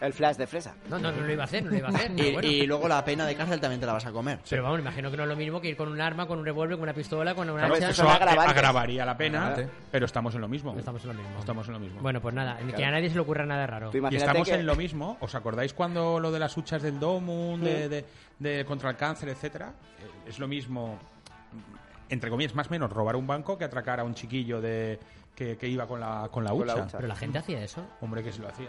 S3: El flash de fresa.
S2: No, no, no lo iba a hacer, no lo iba a hacer.
S4: Y,
S2: pero bueno.
S4: y luego la pena de cárcel también te la vas a comer.
S2: Pero vamos, imagino que no es lo mismo que ir con un arma, con un revólver, con una pistola, con una
S5: Claro,
S2: hacha.
S5: eso a- agravaría la pena,
S2: Agravante.
S5: pero estamos en lo mismo.
S2: Estamos en lo mismo.
S5: Estamos en lo mismo.
S2: Bueno, pues nada, que
S5: Claro.
S2: a nadie se le ocurra nada raro.
S5: Y estamos en lo mismo. ¿Os acordáis cuando lo de las huchas del Domum,
S2: Mm.
S5: de, de- de contra el cáncer, etcétera? Eh, Es lo mismo, entre comillas, más o menos robar un banco que atracar a un chiquillo de que, que iba con la, con la
S2: Con la
S5: hucha.
S2: hucha. Pero la gente hacía eso.
S5: Hombre, que se lo hacía.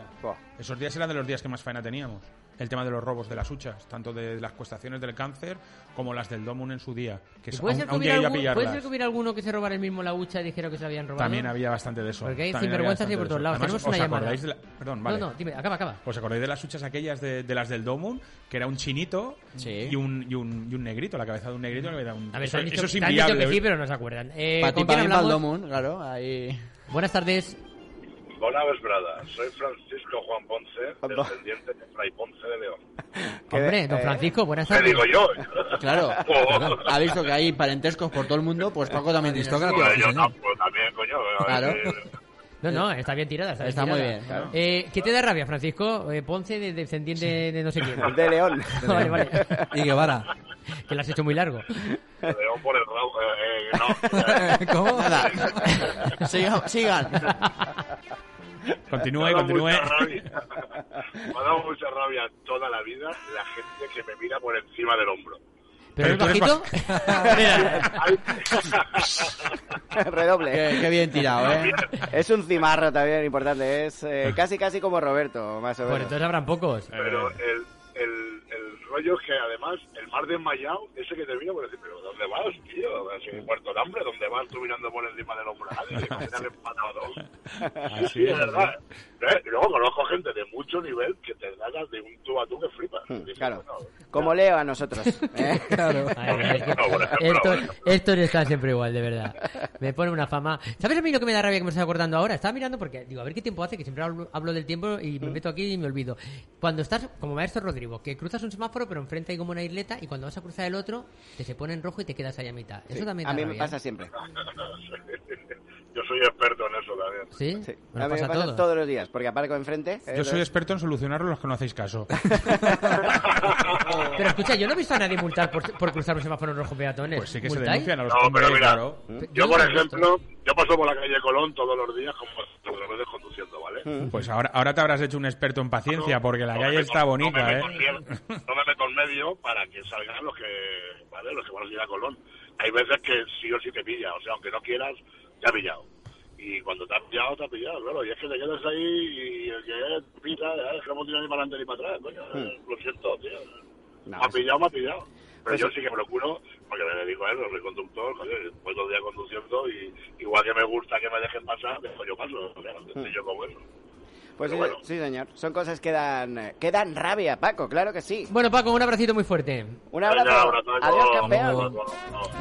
S5: Esos días eran de los días que más faena teníamos. El tema de los robos de las huchas, tanto de las cuestaciones del cáncer como las del Domun en su día. Que
S2: ¿Y
S5: es-
S2: puede,
S5: aún-
S2: ser que
S5: aún
S2: hubiera
S5: llegué a
S2: algún-
S5: pillarlas.
S2: puede ser que hubiera alguno que se robara el mismo la hucha y dijera que se la habían robado.
S5: También había bastante de eso.
S2: Porque hay
S5: También
S2: sinvergüenzas
S5: había bastante
S2: y por
S5: de
S2: todos
S5: eso.
S2: lados.
S5: Además,
S2: Tenemos una
S5: ¿os
S2: llamada.
S5: acordáis de la- Perdón, vale.
S2: No, no, dime, acaba, acaba.
S5: ¿Os acordáis de las huchas aquellas de, de las del Domun? Que era un chinito y, un, y, un, y un negrito, la cabeza de un negrito. que era un-
S2: A ver,
S5: eso,
S2: te han dicho,
S5: eso es
S2: te han dicho
S5: inviable.
S2: que sí, pero no se acuerdan. Eh,
S4: Pati
S2: ¿Con quién
S4: Palin
S2: hablamos?
S4: Baldomun, claro, ahí...
S2: Buenas tardes.
S20: Buenas vesprada, soy Francisco Juan Ponce, descendiente de Fray Ponce de León.
S2: Hombre, don Francisco, buenas
S20: ¿Qué
S2: tardes.
S20: digo yo?
S4: eh, Claro,
S20: Oh.
S4: claro. ha visto que hay parentescos por todo el mundo, pues Paco también tiene
S20: Bueno,
S4: suyo.
S20: yo tampoco, también, coño. a
S4: Claro.
S20: ver, eh,
S2: No, no, está bien tirada. Está, bien
S4: Está muy
S2: tirada.
S4: bien, claro.
S2: Eh, ¿Qué te da rabia, Francisco? Eh, Ponce, de descendiente de no sé quién.
S3: De León.
S2: vale, vale.
S7: Y Guevara.
S2: Que lo has hecho muy largo.
S20: de León por el rabo, eh, eh, no.
S4: ¿Cómo? Nada. Oh, Siga- sigan.
S5: Continúe,
S20: Me ha dado
S5: continúe.
S20: mucha rabia. Me ha dado mucha rabia toda la vida la gente que me mira por encima del hombro.
S2: ¿Pero,
S4: tú
S2: es
S4: eres
S2: bajito?
S20: Ay.
S3: Redoble.
S4: Qué- qué bien tirado, ¿eh?
S3: Es un cimarro también importante. Es eh, casi, casi como Roberto, más o menos.
S2: Pues entonces habrán pocos.
S20: Pero el, el, el rollo es que además el mar desmayado, ese que te mira por decir, pero ¿dónde vas, tío? Así, muerto de hambre, ¿dónde vas tú mirando por encima del hombro a nadie? Al final empatado dos. Sí, sí, es verdad. Eh, Y luego conozco gente de mucho nivel que te tratas de un tú a tú que flipas. Dices,
S3: Claro.
S20: bueno,
S3: Como Leo a nosotros. ¿eh?
S2: Ay, ay, ay. Héctor, Héctor está siempre igual, de verdad. Me pone una fama. ¿Sabes a mí lo que me da rabia que me estoy acordando ahora? Estaba mirando porque digo, a ver qué tiempo hace, que siempre hablo, hablo del tiempo y
S3: Mm.
S2: me meto aquí y me olvido. Cuando estás, como maestro Rodrigo, que cruzas un semáforo, pero enfrente hay como una isleta y cuando vas a cruzar el otro, te se pone en rojo y te quedas ahí a mitad. Eso
S3: Sí,
S2: también
S3: a
S2: da
S3: mí me
S2: rabia, ¿eh?
S3: pasa siempre.
S20: Yo soy experto en eso también.
S2: ¿Sí?
S3: a mí me pasa todos los días, porque aparco enfrente. eh,
S5: Yo soy
S3: los-
S5: experto en solucionarlo los que no hacéis caso.
S2: Pero escucha, yo no he visto a nadie multar por, por cruzar un semáforo en rojo peatones. Pues
S5: sí que se denuncian a los
S20: No, pero
S5: hombres,
S20: mira,
S5: claro.
S20: yo por ejemplo, yo paso por la calle Colón todos los días como todos los días conduciendo, ¿vale?
S5: Pues ahora, ahora te habrás hecho un experto en paciencia, porque la calle está bonita, ¿eh?
S20: no me meto en medio para que salgan los que, ¿vale? Los que van a ir a Colón. Hay veces que sí o sí te pilla, o sea, aunque no quieras, te ha pillado. Y cuando te ha pillado, te ha pillado, claro. Y es que te quedas ahí y el que pita, ya, es que no tiene ni para adelante ni para atrás, coño. eh, Lo siento, tío. me ha pillado, me ha pillado. Pero
S3: Pues
S20: yo
S3: sí.
S20: sí que procuro, porque me dedico a eso, soy conductor, joder, voy todo el día conduciendo y igual que me gusta que me dejen pasar, dejo yo paso, o sea, estoy yo como eso.
S3: Pues sí, sí, señor. Son cosas que dan, eh, que dan rabia, Paco, claro que sí.
S2: Bueno, Paco, un abracito muy fuerte.
S3: Un abrazo. Adiós, campeón.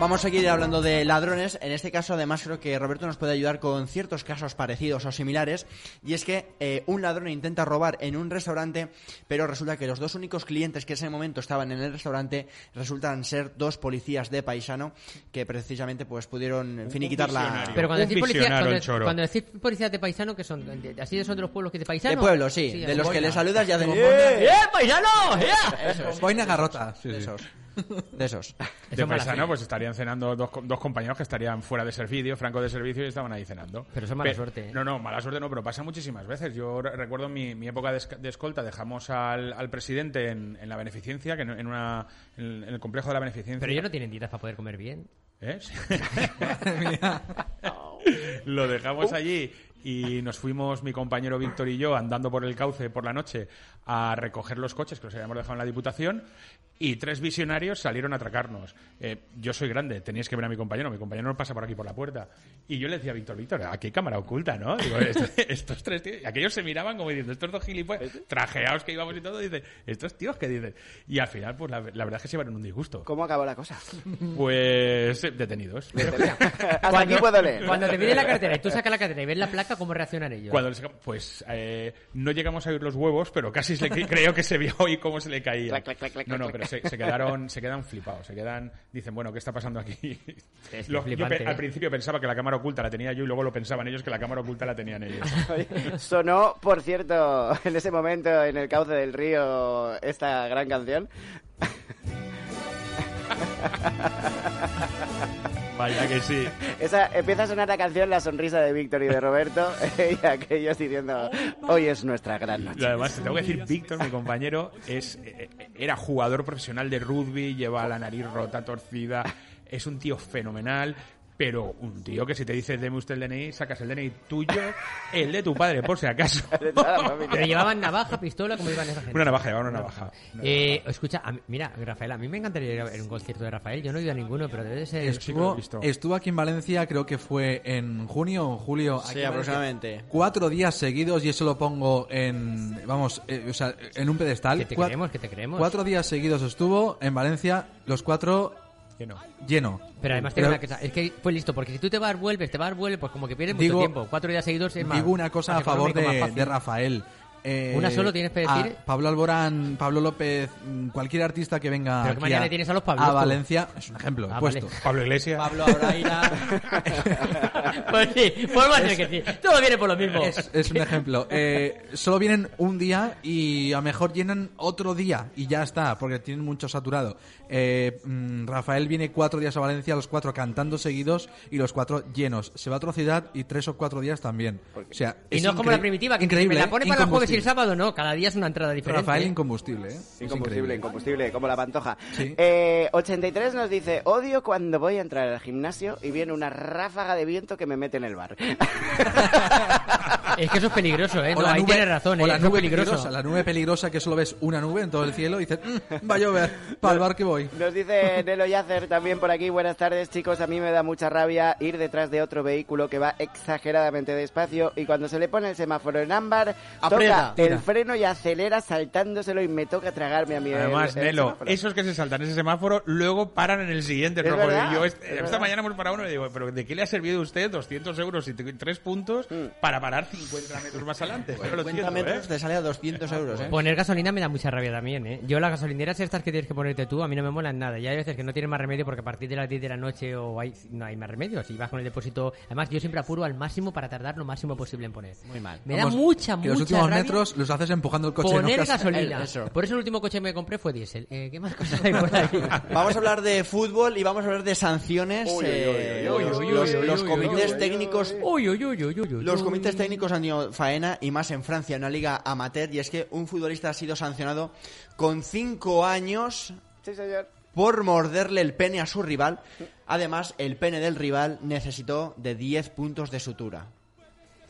S4: Vamos a seguir hablando de ladrones. En este caso, además, creo que Roberto nos puede ayudar con ciertos casos parecidos o similares. Y es que eh, un ladrón intenta robar en un restaurante, pero resulta que los dos únicos clientes que en ese momento estaban en el restaurante resultan ser dos policías de paisano que precisamente pues pudieron finiquitar la.
S2: Pero cuando decís policía, cuando, cuando decís policías de paisano, que son de- de- así son de los pueblos que de paisano.
S4: De pueblo, sí. de los que le saludas y hacen.
S2: ¡Eh,
S4: ¡Eh!
S2: paisano! ¡Eh!
S7: Boina garrota. Sí, sí.
S4: De esos.
S5: De
S4: es mala
S5: paisano,
S4: señal.
S5: pues estarían cenando dos, co- dos compañeros que estarían fuera de servicio, franco de servicio, y estaban ahí cenando.
S2: Pero eso es mala
S5: Pe-
S2: suerte, ¿eh?
S5: No, no, mala suerte no, pero pasa muchísimas veces. Yo re- recuerdo en mi, mi época de, esc- de escolta, dejamos al, al presidente en, en la beneficencia, que en, en una, en, el- en el complejo de la beneficencia.
S2: Pero ellos no tienen dietas para poder comer bien.
S5: ¿Eh? Sí. Lo dejamos allí y nos fuimos mi compañero Víctor y yo andando por el cauce por la noche a recoger los coches que los habíamos dejado en la Diputación y tres visionarios salieron a atracarnos. Eh, yo soy grande, teníais que ver a mi compañero, mi compañero no pasa por aquí por la puerta. Y yo le decía a Víctor, Víctor, aquí hay cámara oculta, ¿no? Digo, "Est- estos tres tíos, y aquellos se miraban como diciendo, estos dos
S3: ¿Eh?
S5: gilipollas, trajeados que íbamos y todo, dice, estos tíos que dicen. Y al final, pues la, la verdad es que se llevaron un disgusto.
S3: ¿Cómo acabó la cosa?
S5: Pues eh, detenidos.
S3: Hasta aquí puedo leer.
S2: Cuando te piden la cartera y tú sacas la cartera y ves la placa, ¿cómo reaccionan ellos?
S5: Cuando le saca- pues eh, no llegamos a oír los huevos, pero casi se le- creo que se vio hoy cómo se le caía.
S2: Clac, clac, clac, clac,
S5: no, no,
S2: clac,
S5: pero
S2: clac.
S5: se, se quedaron, se quedan flipados, se quedan, dicen, bueno, ¿qué está pasando aquí?
S2: Es
S5: Lo- yo
S2: flipante,
S5: pe-
S2: ¿eh?
S5: al principio pensaba que la cámara oculta la tenía yo y luego lo pensaban ellos que la cámara oculta la tenían ellos.
S3: Sonó, por cierto, en ese momento en el cauce del río esta gran canción.
S5: Vaya que sí.
S3: Esa, empieza a sonar la canción La sonrisa de Víctor y de Roberto y aquellos diciendo hoy es nuestra gran
S5: Y
S3: noche.
S5: además, te tengo que decir, Víctor, mi compañero, es, eh, eh, era jugador profesional de rugby, lleva la nariz rota, torcida, es un tío fenomenal. Pero un tío que si te dice, deme usted el DNI, sacas el DNI tuyo, el de tu padre, por si acaso.
S2: Pero llevaban navaja, pistola, como iban esa gente.
S5: Una navaja, llevaban una navaja.
S2: Eh, escucha, a mí- mira, Rafael, a mí me encantaría ir a ver un concierto de Rafael. Yo no he ido a ninguno, pero debe de ser.
S7: Estuvo, estuvo aquí en Valencia, creo que fue en junio o julio.
S4: Sí,
S7: aquí en Valencia.
S4: aproximadamente.
S7: Cuatro días seguidos y eso lo pongo en, vamos, eh, o sea, en un pedestal.
S2: Que te
S7: Cua-
S2: creemos, que te creemos.
S7: Cuatro días seguidos estuvo en Valencia, los cuatro
S5: Lleno.
S7: lleno.
S2: Pero además, tengo una cosa, es que fue listo, porque si tú te vas, vuelves, te vas, vuelves, pues como que pierdes
S7: Digo-
S2: mucho tiempo. Cuatro días seguidos es más.
S7: Digo una cosa a
S2: más
S7: favor
S2: económico, más
S7: de,
S2: fácil.
S7: de Rafael. Eh,
S2: ¿Una solo tienes que
S7: a
S2: decir?
S7: Pablo Alborán, Pablo López, mm, cualquier artista que venga
S2: Pero qué
S7: aquí
S2: manía
S7: a,
S2: le tienes a los Pablos, tú.
S7: Valencia, es un ejemplo, he
S2: Ah,
S7: puesto.
S2: vale.
S5: Pablo Iglesias.
S7: Pablo
S2: Pues sí, pues va a ser que sí. Todo viene por lo mismo.
S7: Es, es un ejemplo. Eh, solo vienen un día y a lo mejor llenan otro día y ya está, porque tienen mucho saturado. Eh, mm, Rafael viene cuatro días a Valencia, los cuatro cantando seguidos y los cuatro llenos. Se va a otra ciudad y tres o cuatro días también. O sea,
S2: y no es como
S7: incre-
S2: la primitiva, que
S7: increíble,
S2: me la
S7: ¿eh?
S2: pone para el jueves y el
S7: Incombustible.
S2: sábado, no. Cada día es una entrada diferente.
S7: Rafael incombustible, ¿eh? Es
S3: Incombustible,
S7: increíble.
S3: incombustible, como la pantoja. Eh, 83 nos dice, odio cuando voy a entrar al gimnasio y viene una ráfaga de viento que me mete en el bar.
S2: Es que eso es peligroso, ¿eh?
S7: O
S2: No,
S7: la
S2: ahí
S7: nube-
S2: tienes razón,
S7: o
S2: ¿eh?
S7: la
S2: Eso es
S7: nube
S2: peligroso.
S7: peligrosa, la nube peligrosa que solo ves una nube en todo el cielo y dices, "Mm, va a llover, para el bar que voy.
S3: Nos dice Nelo Yacer también por aquí, buenas tardes chicos, a mí me da mucha rabia ir detrás de otro vehículo que va exageradamente despacio y cuando se le pone el semáforo en ámbar,
S5: Aprieta.
S3: toca el
S5: Tira.
S3: freno y acelera saltándoselo y me toca tragarme a mí. el-
S5: Además,
S3: el
S5: Nelo,
S3: semáforo.
S5: esos que se saltan ese semáforo luego paran en el siguiente
S3: Es
S5: rojo.
S3: verdad,
S5: Y yo
S3: es
S5: este-
S3: verdad.
S5: esta mañana hemos parado uno y le digo, ¿pero de qué le ha servido a usted 200 euros y t- tres puntos
S3: Mm.
S5: para parar 50 metros más adelante? No lo
S4: 50
S5: entiendo,
S4: metros
S5: ¿eh?
S4: te sale a 200 euros, ¿eh?
S2: Pues Poner gasolina me da mucha rabia también, ¿eh? Yo las gasolineras estas que tienes que ponerte tú, a mí no me molan nada. Ya hay veces que no tienes más remedio porque a partir de las 10 de la noche o hay, no hay más remedio. Si vas con el depósito... Además, yo siempre apuro al máximo para tardar lo máximo posible en poner. Muy mal. Me
S7: Vamos,
S2: da mucha,
S7: que
S2: mucha
S7: Los últimos
S2: rabia
S7: metros los haces empujando el coche. ¿no?
S2: poner
S7: Que has-
S2: gasolina. Por eso el último coche que me compré fue diésel. Eh, ¿Qué más cosas hay por ahí?
S4: Vamos a hablar de fútbol y vamos a hablar de sanciones. eh,
S2: uy,
S4: los-
S2: uy,
S4: los-
S2: uy,
S4: Los
S2: uy,
S4: comités
S2: uy,
S4: técnicos.
S2: Uy, uy, uy, uy, uy, uy.
S4: Los comités técnicos han tenido faena y más en Francia, en una liga amateur. Y es que un futbolista ha sido sancionado con 5 años
S3: Sí, señor.
S4: por morderle el pene a su rival. Además, el pene del rival necesitó de 10 puntos de sutura.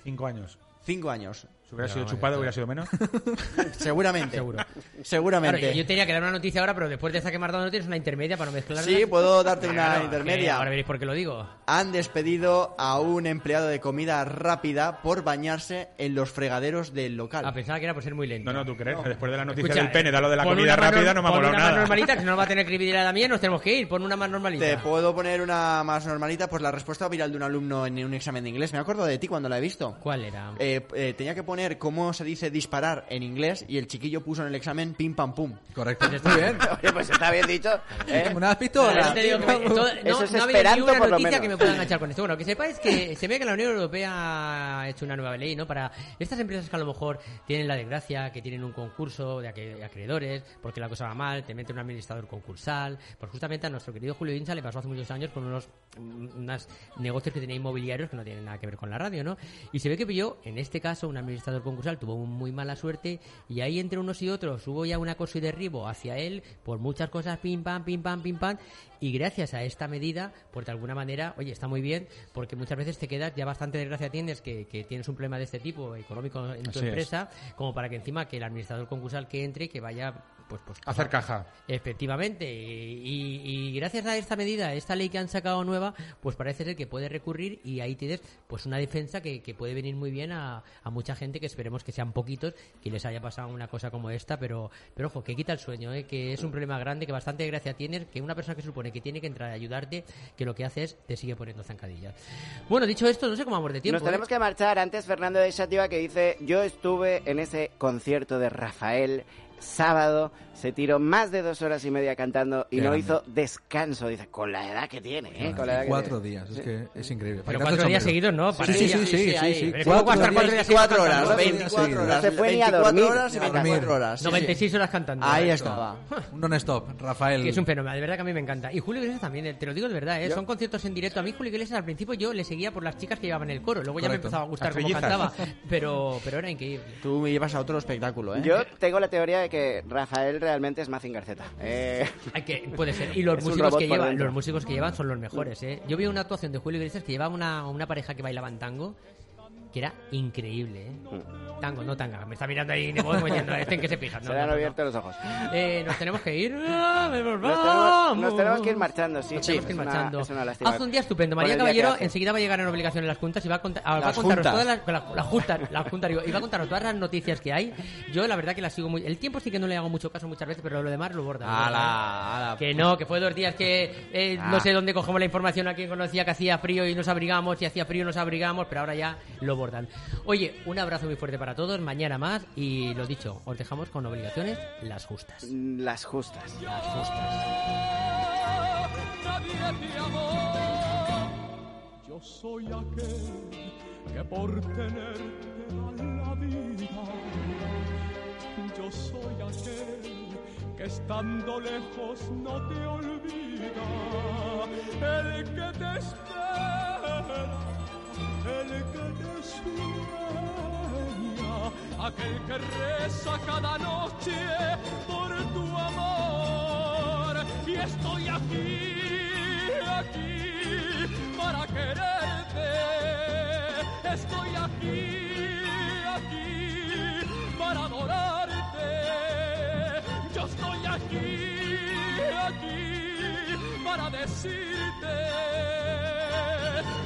S5: Cinco años.
S4: 5 años.
S5: Si hubiera sido chupado, hubiera sido menos.
S4: Seguramente.
S2: Seguro.
S4: Seguramente.
S2: Claro, yo tenía que dar una noticia ahora, pero después de esa que me has dado tienes una intermedia para no mezclarla.
S4: Sí, puedo darte una
S2: Claro,
S4: intermedia.
S2: que Ahora veréis por qué lo digo.
S4: Han despedido a un empleado de comida rápida por bañarse en los fregaderos del local.
S2: Ah, pensaba que era por ser muy lento.
S5: No, no, tú crees. Después de la noticia
S2: Escucha, eh,
S5: del pene, da lo de la
S2: pon
S5: comida
S2: una más
S5: rápida,
S2: nor-
S5: no me ha
S2: pon
S5: molado
S2: una más
S5: nada.
S2: normalita, que si no nos va a tener que dividir a la mía, nos tenemos que ir. Pon una más
S4: Te
S2: normalita.
S4: puedo poner una más normalita, pues la respuesta viral de un alumno en un examen de inglés. Me acuerdo de ti cuando la he visto.
S2: ¿Cuál era?
S4: Eh, eh, tenía que poner cómo se dice disparar en inglés y el chiquillo puso en el examen pim pam pum.
S7: Correcto. Muy bien.
S3: Oye, pues está bien dicho. ¿eh?
S7: Como una pistola.
S2: Te digo que todo- no,
S3: Eso es
S2: no ha habido ni
S3: esperanto,
S2: una
S3: por lo
S2: noticia
S3: menos.
S2: que me pueda enganchar con esto. Bueno, que sepáis que se ve que la Unión Europea ha hecho una nueva ley, ¿no? Para estas empresas que a lo mejor tienen la desgracia, que tienen un concurso de acre- acreedores, porque la cosa va mal, te mete un administrador concursal. Pues justamente a nuestro querido Julio Incha le pasó hace muchos años con unos unas negocios que tenía inmobiliarios que no tienen nada que ver con la radio, ¿no? Y se ve que pilló, en este caso, un administrador concursal tuvo muy mala suerte y ahí entre unos y otros hubo ya un acoso y derribo hacia él por muchas cosas, pim, pam, pim, pam, pim, pam. Y gracias a esta medida, pues de alguna manera, oye, está muy bien, porque muchas veces te quedas, ya bastante desgracia tienes que, que tienes un problema de este tipo económico en tu
S5: Así es.
S2: empresa, como para que encima que el administrador concursal que entre, que vaya, pues, pues
S5: Hacer caja.
S2: Efectivamente, y, y- y gracias a esta medida, a esta ley que han sacado nueva, pues parece ser que puede recurrir y ahí tienes pues una defensa que, que puede venir muy bien a, a mucha gente que esperemos que sean poquitos que les haya pasado una cosa como esta, pero, pero ojo, que quita el sueño, ¿eh? que es un problema grande, que bastante gracia tienes, que una persona que supone que tiene que entrar a ayudarte, que lo que hace es te sigue poniendo zancadillas. Bueno, dicho esto, no sé cómo vamos de tiempo.
S3: Nos tenemos
S2: ¿eh?
S3: que marchar. Antes Fernando de Shativa que dice, yo estuve en ese concierto de Rafael sábado, se tiró más de dos horas y media cantando y
S7: Qué
S3: no
S7: grande.
S3: hizo descanso, dice, con la edad que tiene, ¿eh? Con la edad que
S7: Cuatro
S3: tiene.
S7: días, es que es increíble.
S2: Pero
S7: Para quitarse
S2: cuatro
S7: el sombrero.
S2: días seguidos, ¿no? Para
S7: Sí, sí,
S2: ella.
S7: sí, sí,
S2: Sí,
S7: sí,
S2: ahí.
S7: sí.
S2: Pero
S7: Cuatro
S2: ¿cómo va a estar
S7: días,
S2: cuatro días
S7: veinticuatro
S2: seguidos
S7: horas,
S2: cantando?
S7: veinticuatro horas,
S3: No se fue ni a
S7: 24
S3: dormir.
S7: horas y
S3: A dormir.
S7: 24 horas, sí,
S2: 96 horas cantando.
S4: Ahí
S2: Correcto.
S4: estaba.
S7: Un non-stop, Rafael.
S2: Que es un fenómeno, de verdad que a mí me encanta. Y Julio Iglesias también, eh, te lo digo de verdad, ¿eh?
S7: Yo-
S2: son conciertos en directo. A mí Julio Iglesias al principio yo le seguía por las chicas que llevaban el coro, luego ya me
S4: Correcto.
S2: empezaba a gustar
S4: Las
S2: cómo
S4: trillizas.
S2: cantaba, pero, pero era increíble.
S4: Tú me llevas a otro espectáculo, ¿eh?
S3: Yo tengo la teoría de que Rafael realmente es Mazin Garceta. Eh,
S2: Hay que, puede ser. Y los
S3: Es un
S2: músicos
S3: robot
S2: que
S3: por
S2: llevan,
S3: dentro.
S2: los músicos que llevan son los mejores, ¿eh? Yo vi una actuación de Julio Iglesias que llevaba una, una pareja que bailaban tango que era increíble, ¿eh? Tango, no tanga. Me está mirando ahí Nebo como diciendo, este en qué se fija. No,
S3: Mm. se le han
S2: no, no,
S3: abierto los ojos.
S2: no. Eh, nos tenemos que ir. ¡Ah, nos
S3: Nos tenemos,
S2: vamos!
S3: nos tenemos que ir marchando, sí.
S2: Nos tenemos que ir
S3: es una-
S2: marchando.
S3: es una lástima.
S2: Haz un día estupendo.
S3: Con
S2: María
S3: el día que
S2: Caballero
S3: hace.
S2: enseguida va a llegar en obligación en las juntas y va a, contar, ah, va a
S3: Las
S2: contaros
S3: juntas.
S2: todas las, las- las juntas, las juntas, digo, y va a contaros todas las noticias que hay. Yo la verdad que las sigo muy... El tiempo sí que no le hago mucho caso muchas veces, pero lo demás lo borda. lo borda,
S4: Ala, ala.
S3: pues.
S2: Que no, que fue dos días que eh,
S4: Ah.
S2: no sé dónde cogemos la información a quien conocía que hacía frío y nos abrigamos, y hacía frío y nos abrigamos, pero ahora ya lo bordan. Oye, un abrazo muy fuerte para todos, mañana más y lo dicho, os dejamos con obligaciones las justas.
S3: Mm, Las justas.
S2: Las justas.
S1: Nadie te amó. Yo soy aquel que por tenerte da la vida. Yo soy aquel que estando lejos no te olvida. El que te espera, el que te sueña, aquel que reza cada noche por tu amor. Y estoy aquí, aquí para quererte. Estoy aquí, aquí para adorarte. Yo estoy aquí, aquí para decirte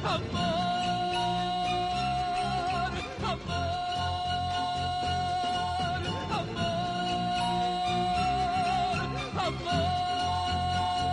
S1: amor, amor, amor, amor.